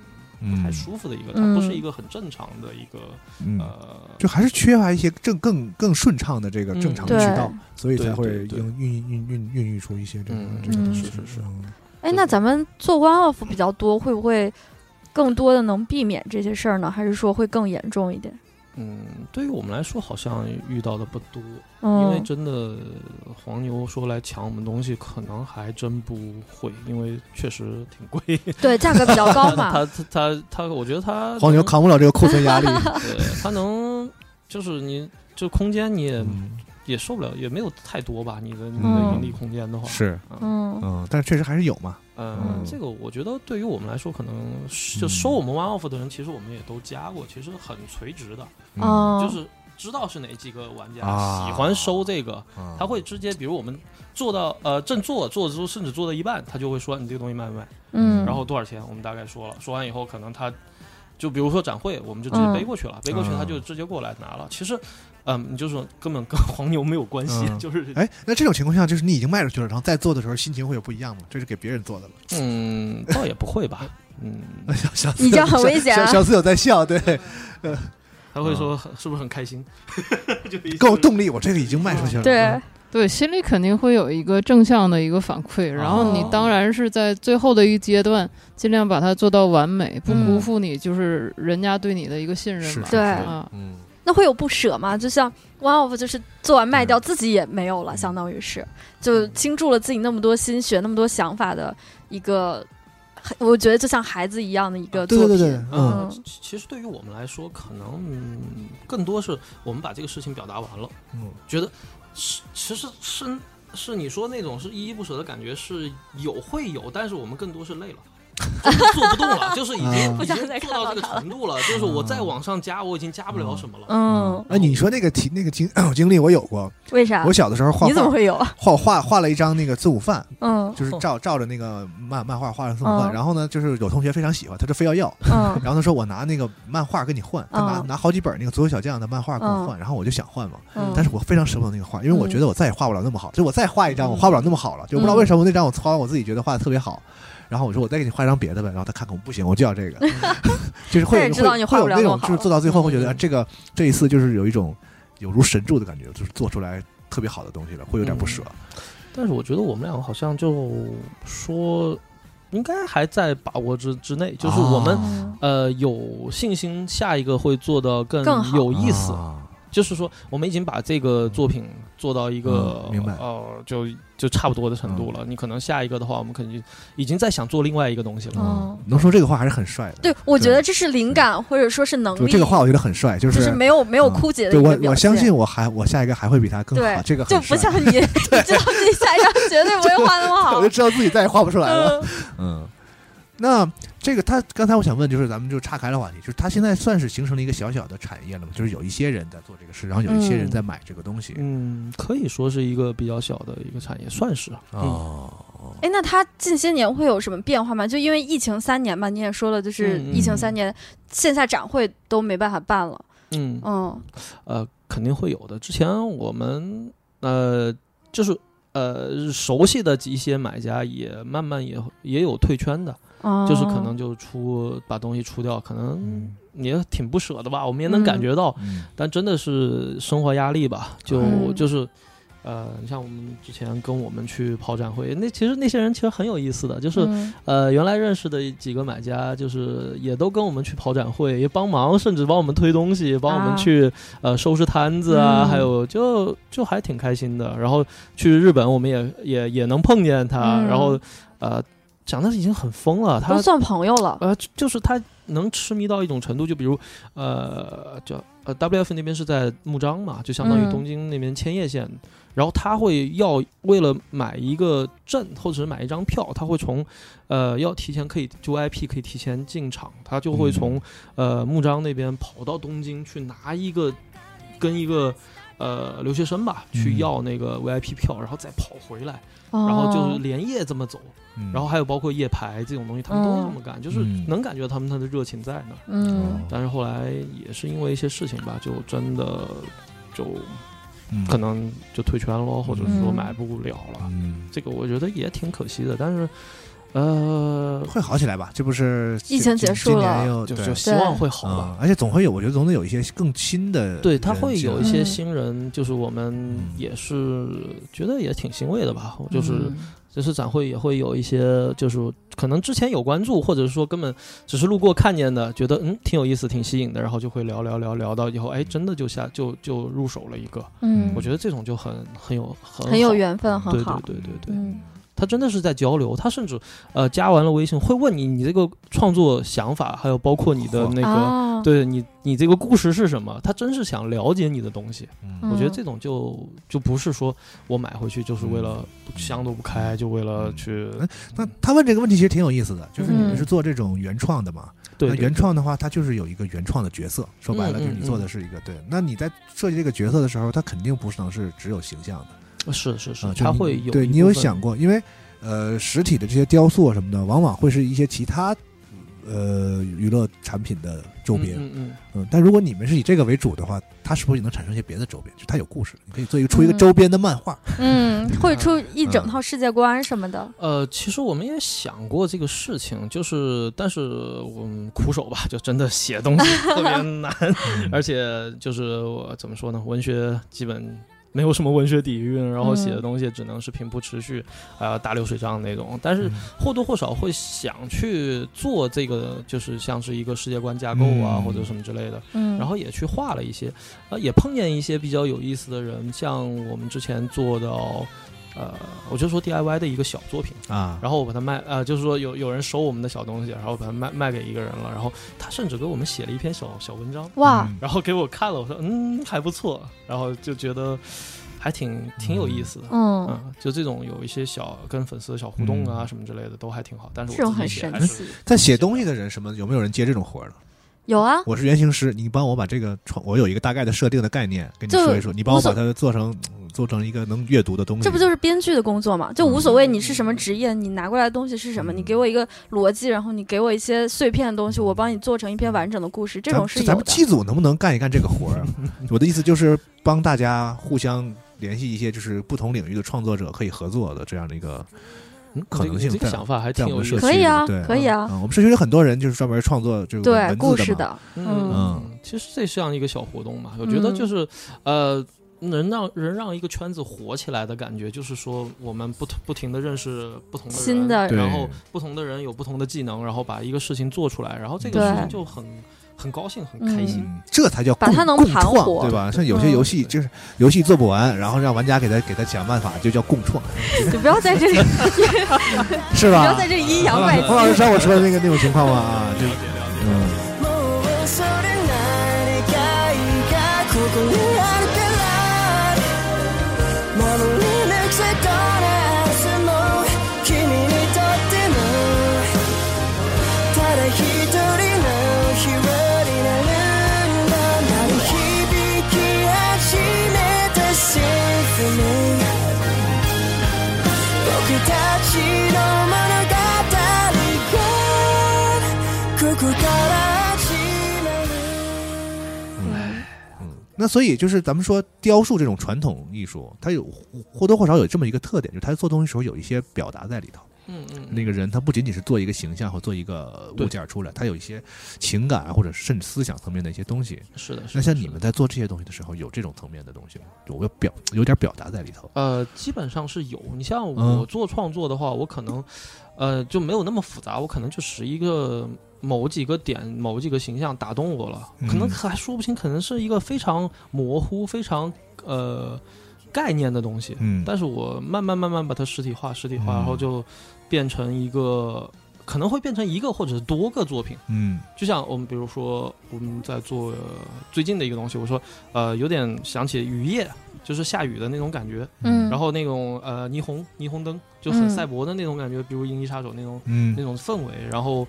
不太嗯舒服的一个，嗯它不是一个很正常的一个嗯，呃，就还是缺乏一些更更更顺畅的这个嗯正常的对渠道，所以才会对对对孕孕孕孕孕育出一些这个嗯这个东西。嗯是是是嗯哎，那咱们做 one off 比较多，会不会更多的能避免这些事儿呢？还是说会更严重一点？嗯，对于我们来说好像遇到的不多，因为嗯真的黄牛说来抢我们东西，可能还真不会，因为确实挺 <laughs> 贵。对，价格比 <laughs> 较高嘛。他他他他，我觉得他黄牛能，扛不了这个库存压力，对他能就是你这空间你也嗯也受不了，也没有太多吧，你的你嗯的盈利空间的话，是嗯嗯，但是确实还是有嘛，嗯嗯，这个我觉得对于我们来说，可能是就嗯收我们 one off 的人，其实我们也都加过，其实很垂直的，嗯哦，就是知道是哪几个玩家啊喜欢收这个，啊他会直接，比如我们做到呃正做做的时候，甚至做到一半，他就会说你这个东西卖不卖，嗯，然后多少钱，我们大概说了，说完以后可能他。就比如说展会，我们就直接嗯背过去了，背过去他就直接过来拿了。其实，嗯，你就说根本跟黄牛没有关系，嗯就是哎，那这种情况下，就是你已经卖出去了，然后再做的时候心情会有不一样吗？这是给别人做的了。嗯，倒也不会吧，嗯，小小四你这样很危险啊小小四有在笑，对， <laughs> 他会说很是不是很开心， <laughs> 就一更有动。动力。我这个已经卖出去了。对，对，心里肯定会有一个正向的一个反馈，然后你哦当然是在最后的一阶段，尽量把它做到完美，不嗯辜负你就是人家对你的一个信任是吧。对啊，嗯，那会有不舍吗？就像 one off 就是做完卖掉，嗯自己也没有了，相当于是就倾注了自己那么多心血、那么多想法的一个，我觉得就像孩子一样的一个对作对品。对对，嗯，嗯嗯，其其实对于我们来说，可能、嗯更多是我们把这个事情表达完了，嗯觉得是其实是是你说那种是依依不舍的感觉是有会有，但是我们更多是累了。就是做不动了，就是已经、啊已不想再经做到这看到个他了程度了，就是我再往上加，我已经加不啊了什么了。嗯，哎，你说那个题那个经经历我有过，为啥我？小的时候画你怎么画会有？画画画了一张那个孙悟饭，嗯就是照照着那个漫漫画画的孙悟饭，嗯然后呢，就是有同学非常喜欢，他就非要要，嗯 <laughs> 然后他说我拿那个漫画跟你换，他拿嗯拿好几本那个足球小将的漫画跟我换，然后我就想换嘛，嗯，但是我非常舍不得那个画，因为我嗯觉得我再也画不了那么好，就我再画一张，我画不了那么好了，就不知道为什么那张我画完我自己觉得画的特别好，然后我说我再给你画一张别的呗，然后他看看我不行，我就要 <laughs> 这个， <laughs> 就是会他也有知道会你画会不有了那那种么就是好做到最后会觉得嗯啊这个这一次就是有一种有如神助的感觉，就是做出来特别好的东西了，会有嗯点不舍，但是我觉得我们两个好像就说，应该还在把握之之内，就是我们、哦啊呃有信心，下一个会做的更更好有意思。啊就是说，我们已经把这个作品做到一个、嗯明白嗯呃，就就差不多的程度了。你可能下一个的话，我们肯定已经在想做另外一个东西了。嗯能说这个话还是很帅的，对，我觉得这是灵感或者说是能嗯就力，这个话我觉得很帅，就就是是没有没有嗯枯竭的对一我个表我相现信我还我下一个还会比他更好，对这个很就不帅像你，你 <laughs> 知道自己下一张绝对不会画那么好 <laughs> 我就。知道自己再也画不出来了。嗯嗯，那这个他刚才我想问，就是咱们就岔开了话题，就是他现在算是形成了一个小小的产业了嘛？就是有一些人在做这个事，然后有一些嗯人在买这个东西。嗯，可以说是一个比较小的一个产业，算是。嗯，哦，哎，那它近些年会有什么变化吗？就因为疫情三年嘛，你也说了，就是嗯嗯疫情三年，线下展会都没办法办了。嗯，嗯呃，肯定会有的。之前我们呃，就是呃，熟悉的一些买家也慢慢也也有退圈的，哦，就是可能就出把东西出掉，可能嗯也挺不舍的吧，我们也能感嗯觉到。嗯但真的是生活压力吧，就、嗯就是，呃，你像我们之前跟我们去跑展会，那其实那些人其实很有意思的，就是、嗯呃，原来认识的几个买家，就是也都跟我们去跑展会，也帮忙，甚至帮我们推东西，帮我啊们去、呃收拾摊子啊，嗯还有就就还挺开心的。然后去日本，我们也也也能碰见他，嗯然后呃，讲的已经很疯了，他都算朋友了。呃，就就是他能痴迷到一种程度，就比如，呃，叫呃 WF 那边是在木张嘛，就相当嗯于东京那边千叶县，然后他会要为了买一个证或者是买一张票，他会从，呃，要提前可以就 IP 可以提前进场，他就会从、呃木张那边跑到东京去拿一个跟一个。呃，留学生吧，去嗯要那个 VIP 票，然后再跑回来，然然后哦就是连夜这么走，嗯然后还有包括夜排这种东西，他们都是这么干，就是嗯能感觉到他们他的热情在那儿。哦嗯但是后来也是因为一些事情吧，就真的就嗯可能就退圈了，或者是说买不了了。嗯这个我觉得也挺可惜的，但是呃，会好起来吧？这不是疫情今结束今年了又就对就希望会好吧。啊，而且总会有，我觉得总得有一些更新的，对，他会有一嗯些新人，就是我们嗯也是觉得也挺欣慰的吧，就是。嗯这次展会也会有一些，就是可能之前有关注，或者是说根本只是路过看见的，觉得嗯挺有意思、挺吸引的，然后就会聊聊聊聊到以后，哎，真的就下就就入手了一个。嗯我觉得这种就很很有很很有好缘分，很对好。对对对对，嗯他真的是在交流，他甚至呃加完了微信会问你你这个创作想法，还有包括你的那个、啊，对你你这个故事是什么，他真是想了解你的东西。嗯我觉得这种就就不是说我买回去就是为了嗯香都不开，就为了去那他问这个问题其实挺有意思的，就是你嗯们是做这种原创的嘛？对那对原创的话，它就是有一个原创的角色，说白了嗯就是你做的是一个对。那你在设计这个角色的时候，它肯定不能是只有形象的。是是是啊，，就它你会有对一你部有分想过，因为呃，实体的这些雕塑啊什么的，往往会是一些其他呃娱乐产品的周边。嗯嗯嗯但如果你们是以这个为主的话，它是不是也能产生一些别的周边？就它有故事，你可以做一个出一个嗯周边的漫画。嗯，会出一整套世界观什么的。嗯呃，其实我们也想过这个事情，就是但是我们苦手吧，就真的写东西 <laughs> 特别难，而且就是我怎么说呢，文学基本。没有什么文学底蕴，然后写的嗯东西只能是平铺持续，啊、打流水账那种。但是嗯或多或少会想去做这个，就是像是一个世界观架构啊，嗯或者什么之类的。嗯，然后也去画了一些，呃，也碰见一些比较有意思的人，像我们之前做到，呃，我就说 DIY 的一个小作品，啊，然后我把它卖，呃，就是说有有人收我们的小东西，然后把它卖卖给一个人了，然后他甚至给我们写了一篇小小文章，哇，嗯然后给我看了，我说嗯还不错，然后就觉得还挺挺有意思的。嗯，嗯，就这种有一些小跟粉丝的小互动啊，嗯什么之类的都还挺好，但是这种我自很己写神还是奇。在写东西的人什么，有没有人接这种活儿呢？有嗯啊，我是原型师，你帮我把这个创，我有一个大概的设定的概念，跟你就说一说，你帮我无所把它做成嗯做成一个能阅读的东西。这不就是是编剧的工作嘛？就无所谓你是什么职业，你拿过来的东西是什么，你给我一个逻辑，然后你给我一些碎片的东西，我帮你做成一篇完整的故事，这种是咱有们的。剧组能不能干一干这个活儿啊？ <laughs> 我的意思就是帮大家互相联系一些，就是不同领域的创作者可以合作的这样的一个。嗯可能性这个这在个想法还在挺我有们意社区思的。可以啊对，可以啊，嗯，我们社区有很多人就是专门创作这个对文故字事的嘛，的，嗯嗯，其实这像一个小活动嘛，我觉得嗯就是，呃，能让人让一个圈子火起来的感觉，就是说我们不不停的认识不同的人新的对然后不同的人有不同的技能，然后把一个事情做出来，然后这个对事情就很很高兴，很开心。嗯这才叫把共它能共盘创，活对吧？像有些游戏嗯就是游戏做不完，然后让玩家给他给他想办法，就叫共创，就不要在这里，是不吧要？在这里阴阳彭怪老师，彭。老师气知道我说的那个那种情况吗？啊，就嗯，もうそれな願いがここにあるから守り抜く世界も君にとってのただ一人のヒーローになるんだ鳴り響き始めたシンフォニー僕ちの物語がここから始まる嗯，那所以就是咱们说雕塑这种传统艺术，它有或多或少有这么一个特点，就是它做东西时候有一些表达在里头。嗯嗯，那个人他不仅仅是做一个形象或做一个物件出来，他有一些情感啊，或者是甚至思想层面的一些东西。是的，是的那像你是的们在做这些东西的时候，有这种层面的东西吗？有没有表有点表达在里头？呃，基本上是有。你像嗯我做创作的话，我可能，呃，就没有那么复杂，我可能就使一个某几个点、某几个形象打动我了，可能嗯还说不清，可能是一个非常模糊、非常呃概念的东西。嗯但是我慢慢慢慢把它实体化、实体化，嗯然后就变成一个，可能会变成一个或者是多个作品。嗯就像我们比如说我们在做、呃最近的一个东西，我说呃有点想起雨夜，就是下雨的那种感觉，嗯，然后那种呃霓虹霓虹灯就很赛博的那种感觉，比如《银翼杀手》那种那嗯种氛围，然后。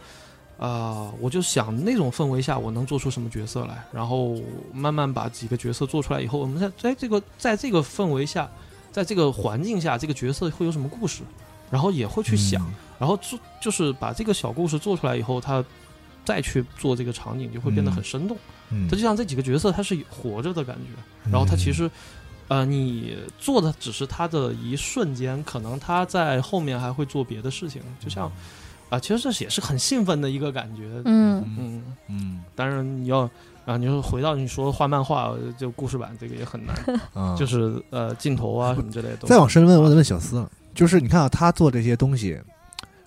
啊、我就想那种氛围下我能做出什么角色来，然后慢慢把几个角色做出来以后，我们在在这个在这个氛围下，在这个环境下，这个角色会有什么故事，然后也会去想，然后做就是把这个小故事做出来以后，他再去做这个场景，就会变得很生动。嗯，它就像这几个角色，他是活着的感觉。然后他其实，呃，你做的只是他的一瞬间，可能他在后面还会做别的事情。就像啊、其实这也是很兴奋的一个感觉。嗯嗯嗯嗯，嗯当然你要啊，你说回到你说画漫画呃就故事版这个也很难， <laughs> 啊就是呃镜头啊什么之类的东西。再往深问，我得问小司了，就是你看啊，他做这些东西，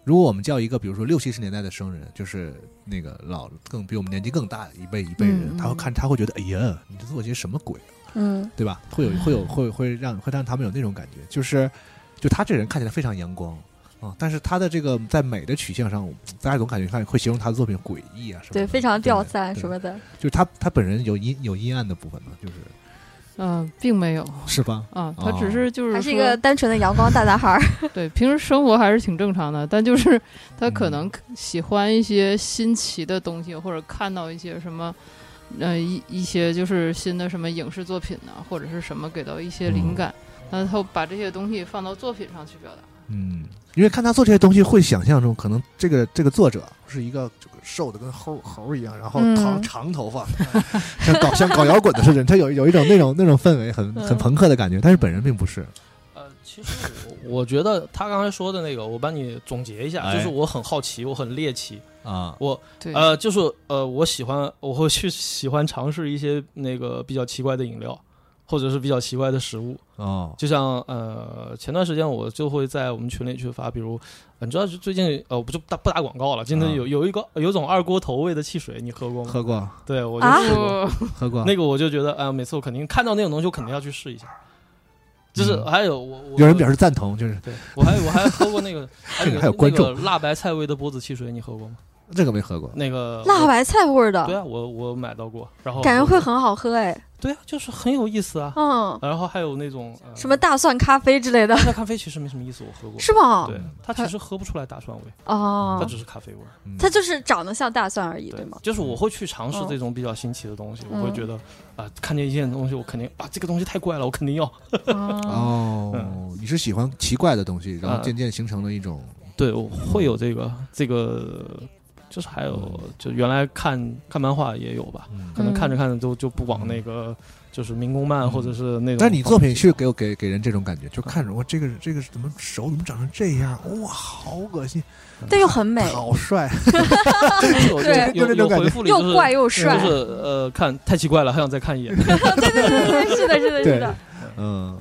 如果我们叫一个，比如说六七十年代的生人，就是那个老更比我们年纪更大一辈一辈人，嗯他会看，他会觉得，哎呀，你这做些什么鬼，嗯对吧？会有会有会会让会让他们有那种感觉，就是就他这人看起来非常阳光。啊、但是他的这个在美的取向上，大家总感觉看会形容他的作品诡异啊什么的。对，非常掉对赞对什么的，就是他他本人有阴有阴暗的部分嘛，就是嗯、并没有是吧？啊，他只哦是就是还是一说个单纯的阳光大男孩儿。对，平时生活还是挺正常的，但就是他嗯可能喜欢一些新奇的东西，或者看到一些什么，呃，一一些就是新的什么影视作品呐、或者是什么给到一些灵嗯感，然后把这些东西放到作品上去表达。嗯，因为看他做这些东西，会想象中可能这个这个作者是一个这个瘦的跟猴猴一样，然后嗯长、长头发， <laughs> 像搞像搞摇滚的似的，他有有一种那种那种氛围，很很朋克的感觉。但是本人并不是，呃，其实我我觉得他刚才说的那个，我帮你总结一下，哎就是我很好奇，我很猎奇，啊我对，呃，就是呃，我喜欢，我会去喜欢尝试一些那个比较奇怪的饮料，或者是比较奇怪的食物。哦，就像呃，前段时间我就会在我们群里去发，比如呃你知道最近呃，我不就不打不打广告了，今天啊有有一个有种二锅头味的汽水，你喝过吗？喝过对，我就啊哦试过。喝过，那个我就觉得，啊、每次我肯定看到那种东西，我肯定要去试一下。就是嗯还有我，我有人表示赞同，就是对，我还我还喝过那 <laughs> 个，还有那个还有观众那个辣白菜味的波子汽水，你喝过吗？这个没喝过，那个辣白白菜味儿对的，啊，我我买到过，然后感觉会很好喝哎。对啊，就是很有意思啊。嗯，然后还有那种、呃、什么大蒜咖啡之类的，大咖啡其实没什么意思，我喝过，是吗？对它其实喝不出来大蒜味，它哦，只是咖啡味儿。嗯它就是长得像大蒜而已，对对吗？就是我会去尝试嗯这种比较新奇的东西，嗯我会觉得啊、看见一件东西，我肯定啊，这个东西太怪了，我肯定要。哦，嗯哦，嗯你是喜欢奇怪的东西，然后啊渐渐形成了一种对，我会有这个这个，就是还有就原来看看漫画也有吧，嗯。可能看着看着就就不往那个就是民工漫嗯或者是那种。但是你作品是给我给给人这种感觉，就看着我这个这个怎么手怎么长成这样，哇，好恶心，但又很美，好帅，有有对有就这种有感觉回复里就是又怪 <laughs> 又帅就，是呃看太奇怪了，还想再看 <laughs> 一眼。对对对对，是的，是的，是对的。，嗯。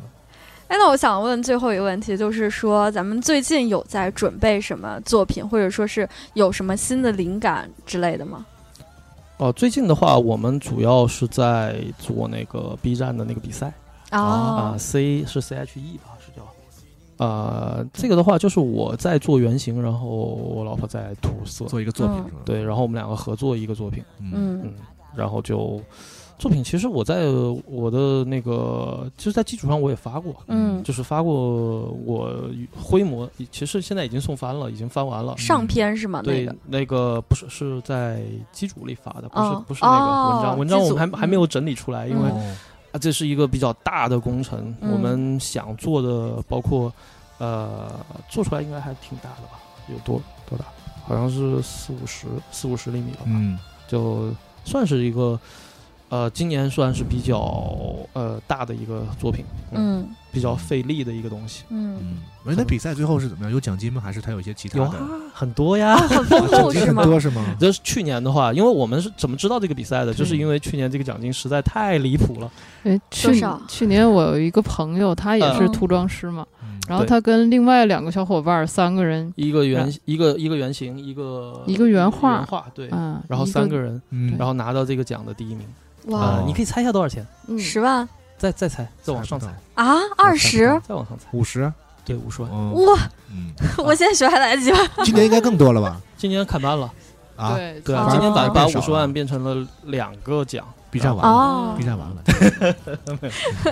哎，那我想问最后一个问题，就是说咱们最近有在准备什么作品，或者说是有什么新的灵感之类的吗？哦，最近的话，我们主要是在做那个 B 站的那个比赛啊、哦， c 是 CHE 吧，是叫。呃，这个的话就是我在做原型，然后我老婆在涂色，做一个作品嗯是吧？对，然后我们两个合作一个作品，嗯嗯嗯，然后就作品，其实我在我的那个就是在基础上我也发过，嗯，就是发过我灰模，其实现在已经送翻了，已经翻完了。上篇是吗？啊那对个，那个不是是在机组里发的，不是、哦不是那个哦文章，文章机我组们还还没有整理出来，因为、嗯哦啊这是一个比较大的工程，嗯我们想做的包括呃，做出来应该还挺大的吧？有多多大？好像是四五十四五十厘米了吧？嗯就算是一个，呃，今年算是比较呃大的一个作品，嗯比较费力的一个东西。嗯，嗯。喂，那比赛最后是怎么样？有奖金吗？还是他有一些其他有的？啊啊，很多呀。很丰奖富啊金哦是很吗？ <laughs> 多是吗？就是去年的话，因为我们是怎么知道这个比赛的，就是因为去年这个奖金实在太离谱了。哎，多去少去年我有一个朋友，他也是嗯涂装师嘛，嗯然后对他跟另外两个小伙伴儿三个人，一个原嗯一个一个原型，一个一个原画原画对，嗯，然后一三个人，嗯，然后拿到这个奖的第一名。哇，啊哦，你可以猜一下多少钱？嗯十万再再猜，再往上猜猜不，啊，二十，再往上猜，五十，对，五十万。嗯哇， <laughs> 嗯，我现在学还来得及吗？今年应该更多了吧？今年砍半了，啊，对对哦，今年把反而把变少五十万了变成了两个奖。 <laughs> ，B 站完了哦，B，站完了，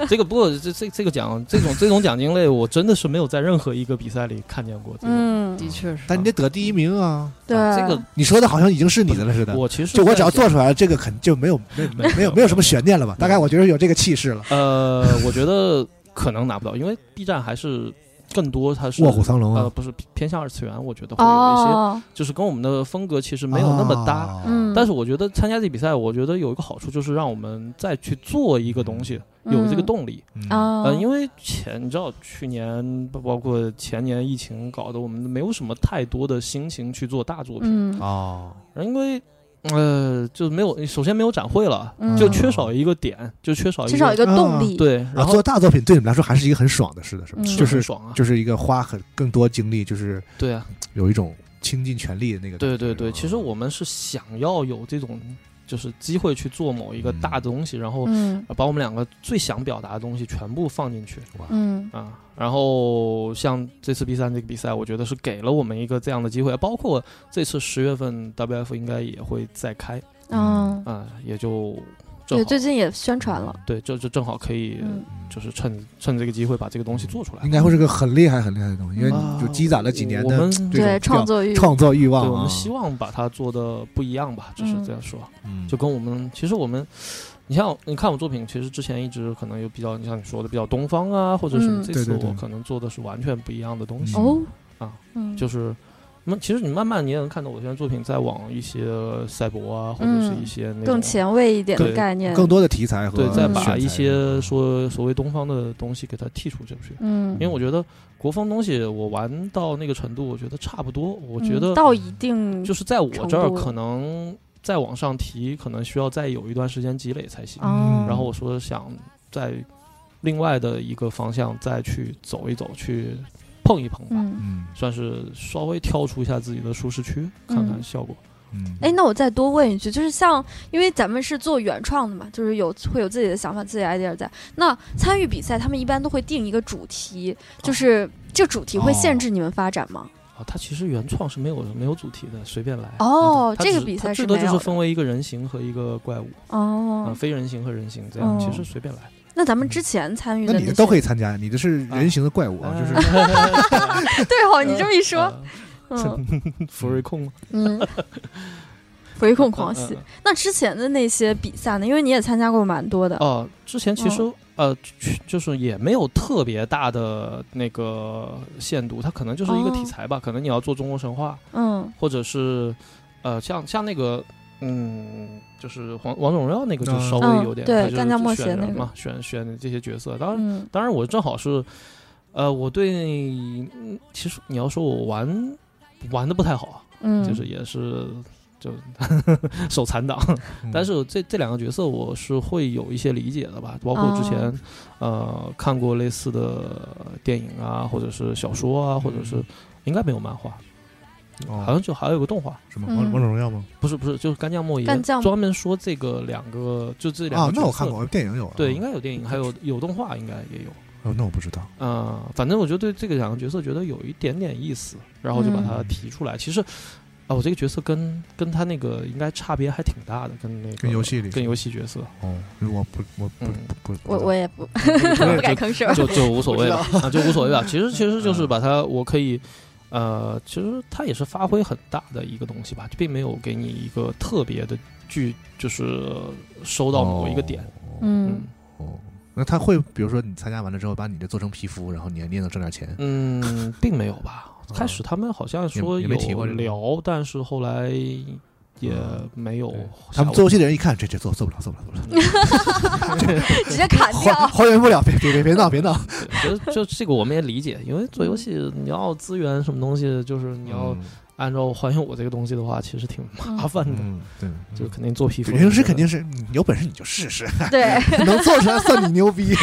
这个不过这这这个奖，这种这种奖金类，我真的是没有在任何一个比赛里看见过。这种嗯，的确是，但你得得第一名啊！对，啊这个你说的好像已经是你的了似的。我其实就我在只要想做出来了，这个肯就 <laughs> 没有没没有没有没有什么悬念了吧？大概我觉得有这个气势了。呃，我觉得可能拿不到，因为 B 站还是更多它是卧虎藏龙呃，啊，不是偏向二次元，我觉得会有一些、哦，就是跟我们的风格其实没有那么搭。啊嗯，但是我觉得参加这比赛，我觉得有一个好处就是让我们再去做一个东西，嗯有这个动力。嗯啊呃，因为前你知道去年包包括前年疫情搞得我们没有什么太多的心情去做大作品，嗯哦，因为呃就没有首先没有展会了，嗯就缺少一个点，就缺少一至少有一个动力，对，然然后后做大作品对你们来说还是一个很爽的事的，是吧？嗯就很是爽啊，就是一个花很更多精力，就是对啊，有一种倾尽全力的那个感对觉。对对，是吧其实我们是想要有这种就是机会去做某一个大的东西，然后嗯把我们两个最想表达的东西全部放进去嗯啊。然后像这次 B 三这个比赛，我觉得是给了我们一个这样的机会，包括这次十月份 WF 应该也会再开嗯，啊，也就正对，好最近也宣传了，对，这这正好可以嗯就是趁趁这个机会把这个东西做出来应。该会是个很厉害很厉害的东西，因为啊你就积攒了几年我的们这种对，创创作欲，创作欲望对，啊。我们希望把它做的不一样吧，只是这样说。嗯就跟我们，其实我们，你像你看我作品，其实之前一直可能有比较，你像你说的比较东方啊，或者嗯是这对次对对我可能做的是完全不一样的东西，哦啊，嗯，就是，那其实你慢慢你也能看到我现在作品在往一些赛博啊，或者是一些那种更前卫一点的对概念，更多的题材和对，再嗯把一些选材说所谓东方的东西给它剔除出去，嗯因为我觉得国风东西我玩到那个程度，我觉得差不多，我觉嗯得到一定就是在我程这儿度可能再往上提，可能需要再有一段时间积累才行。哦，然后我说想在另外的一个方向再去走一走，去碰一碰吧，嗯，嗯算是稍微跳出一下自己的舒适区，看看效果。嗯，哎，那我再多问一句，就是像因为咱们是做原创的嘛，就是有会有自己的想法、自己的 idea 在。那参与比赛，他们一般都会定一个主题，就是这主题哦会限制你们发展吗？啊，它其实原创是没有没有主题的，随便来。啊哦，它只这个比赛它最是没多有就的是分为一个人形和一个怪物啊、哦。非人形和人形这样，哦其实随便来。那咱们之前参与那的你些的都可以参加，你的是人形的怪物啊， <laughs> 就是是 <laughs> 对哦，你这么一 <laughs> 说，嗯啊嗯福瑞控嘛嗯， <laughs> 回控狂嗯嗯喜嗯。那之前的那些比赛呢？因为你也参加过蛮多的，嗯哦，之前其实、呃，去就是也没有特别大的那个限度，它可能就是一个哦题材吧，可能你要做中国神话，嗯或者是呃，像像那个嗯，就是王王者荣啊耀那个就稍微有点，嗯对它就是干将莫邪选人那个嘛，选选这些角色。当然，嗯当然我正好是呃，我对嗯其实你要说我玩玩的不太好，啊嗯，就是也是。就 <laughs> 手残党，嗯但是这这两个角色我是会有一些理解的吧，包括之前哦，呃，看过类似的电影啊，或者是小说啊，或者嗯是应该没有漫画，哦好像就还有个动画，什么王嗯王者荣耀吗？不是不是，就是干将莫邪，干将专门说这个两个，就这两个、啊，那我看，过电影有啊，对，应该有电影，还有有动画，应该也有。哦，那我不知道。嗯、反正我就对这个两个角色觉得有一点点意思，然后就把嗯它提出来。其实，啊、我这个角色跟跟他那个应该差别还挺大的，跟那个跟游戏里跟游戏角 <laughs> 色，哦，我不，我不嗯，不，不我我也不 <laughs> 就不敢吭声。 <laughs> 就就无所谓了啊，就无所谓了。其实其实嗯就是把它，我可以，呃，其实它也是发挥很大的一个东西吧，并没有给你一个特别的剧，就是收到某一个点。哦嗯嗯，哦，那他会，比如说你参加完了之后，把你这做成皮肤，然后你你也能挣点钱。嗯，并没有吧。开始他们好像说嗯也有没提过这个聊，但是后来也没有下嗯文。嗯他们做游戏的人一看，这这做做不了，做不了，做不了，直接砍还掉。还原不了，别别别别闹，别闹。我觉得就这个我们也理解，因为做游戏你要资源什么东西，就是你要嗯按照还原我这个东西的话，其实挺麻烦的，嗯，对，就是肯定做皮肤。旅行师肯定是嗯有本事你就试试， <laughs> 对，能做出来算你牛 <laughs> 逼。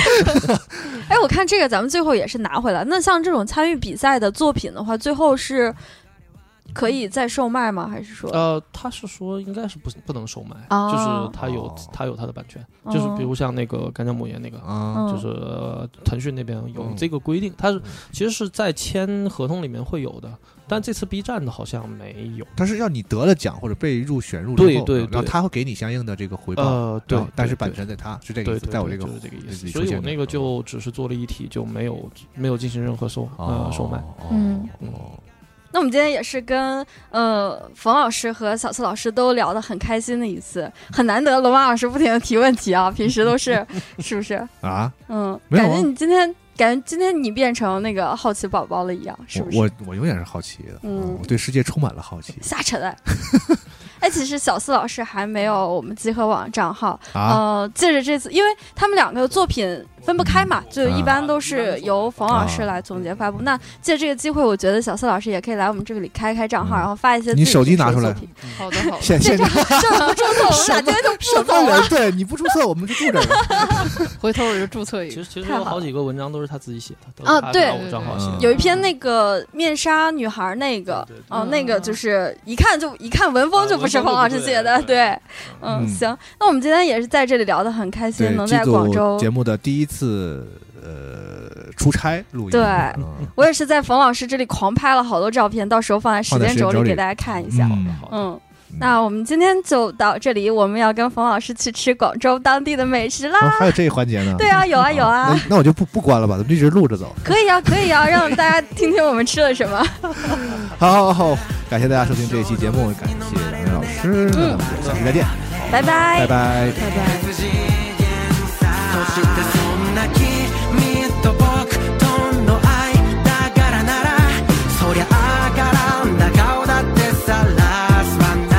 哎，我看这个咱们最后也是拿回来。那像这种参与比赛的作品的话，最后是可以再售卖吗？还是说，呃，他是说应该是不不能售卖，哦就是他有哦他有他的版权，就是比如像那个干将母爷那个。啊，嗯就是呃腾讯那边有嗯这个规定，它是其实是在签合同里面会有的，但这次 B 站的好像没有。他是要你得了奖或者被入选入之后对对然后对他会给你相应的这个回报。呃，对然后，但是对版对权在他，是这个对意思，在我对这个就是这个意自思，己所出以现我的嗯那个就只是做了一体，就没有没有进行任何售呃售卖。。嗯哦那我们今天也是跟呃冯老师和小崔老师都聊得很开心的一次，很难得龙马老师不停的提问题啊，平时 <laughs> 都是是不是？啊，嗯，没有啊感觉你今天感觉今天你变成那个好奇宝宝了一样，是不是？我我我永远是好奇的，嗯我对世界充满了好奇瞎扯淡。 <laughs> 哎，其实小四老师还没有我们集合网账号，啊。呃，借着这次，因为他们两个作品分不开嘛，就一般都啊是由冯老师来总结发布。那借这个机会，我觉得小四老师也可以来我们这里开开账号，嗯然后发一些你自己手机出拿的出来作品好的好的，现现在这不注册，我们俩今天就什不走么了。人？对，你不注册，我们就住这儿 <laughs> 了。回头我就注册一其个实。其实太有好好了几个文章都是他自己写的，都啊是他对拿我账号写嗯的。有一篇那个面纱女孩那个对对对，哦，那个就是一看就一看文风就不是冯老师写的，对，嗯，嗯行，那我们今天也是在这里聊得很开心，对，能剧在广州组节，目的第一次呃出差录音，对嗯我也是在冯老师这里狂拍了好多照片，到时候放在时间轴放在时间轴里给大家看一下，好嗯的好的，嗯。那我们今天就到这里，我们要跟冯老师去吃广州当地的美食啦。哦还有这一环节呢？嗯啊对啊，有啊有啊，那那我就不不关了吧，咱们就一直录着走。可以啊可以啊，让大家听听我们吃了什么。好好好，感谢大家收听这一期节目，感谢两位老师，那我们就下期再见，拜嗯拜。拜拜。不次元さそしてそんな君と僕との間柄ならそりゃあからんだ顔だってさらすわな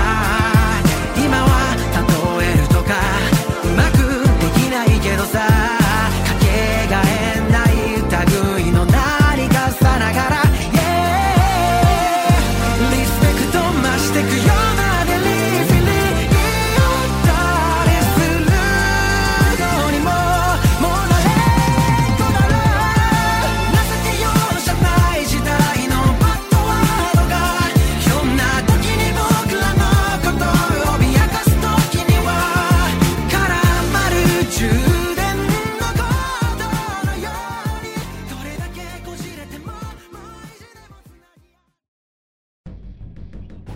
今は例えるとかうまくできないけどさかけがえない類の何かさながら Yeah リスペクト増してくよなでリフィリ「どうにももらえっこない」「情け容赦ない時代のバッドワードが」「ひょんな時に僕らのことを脅かす時には」「絡まる充電のことのように」「どれだけこじれてももういじれもつない」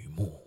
幕。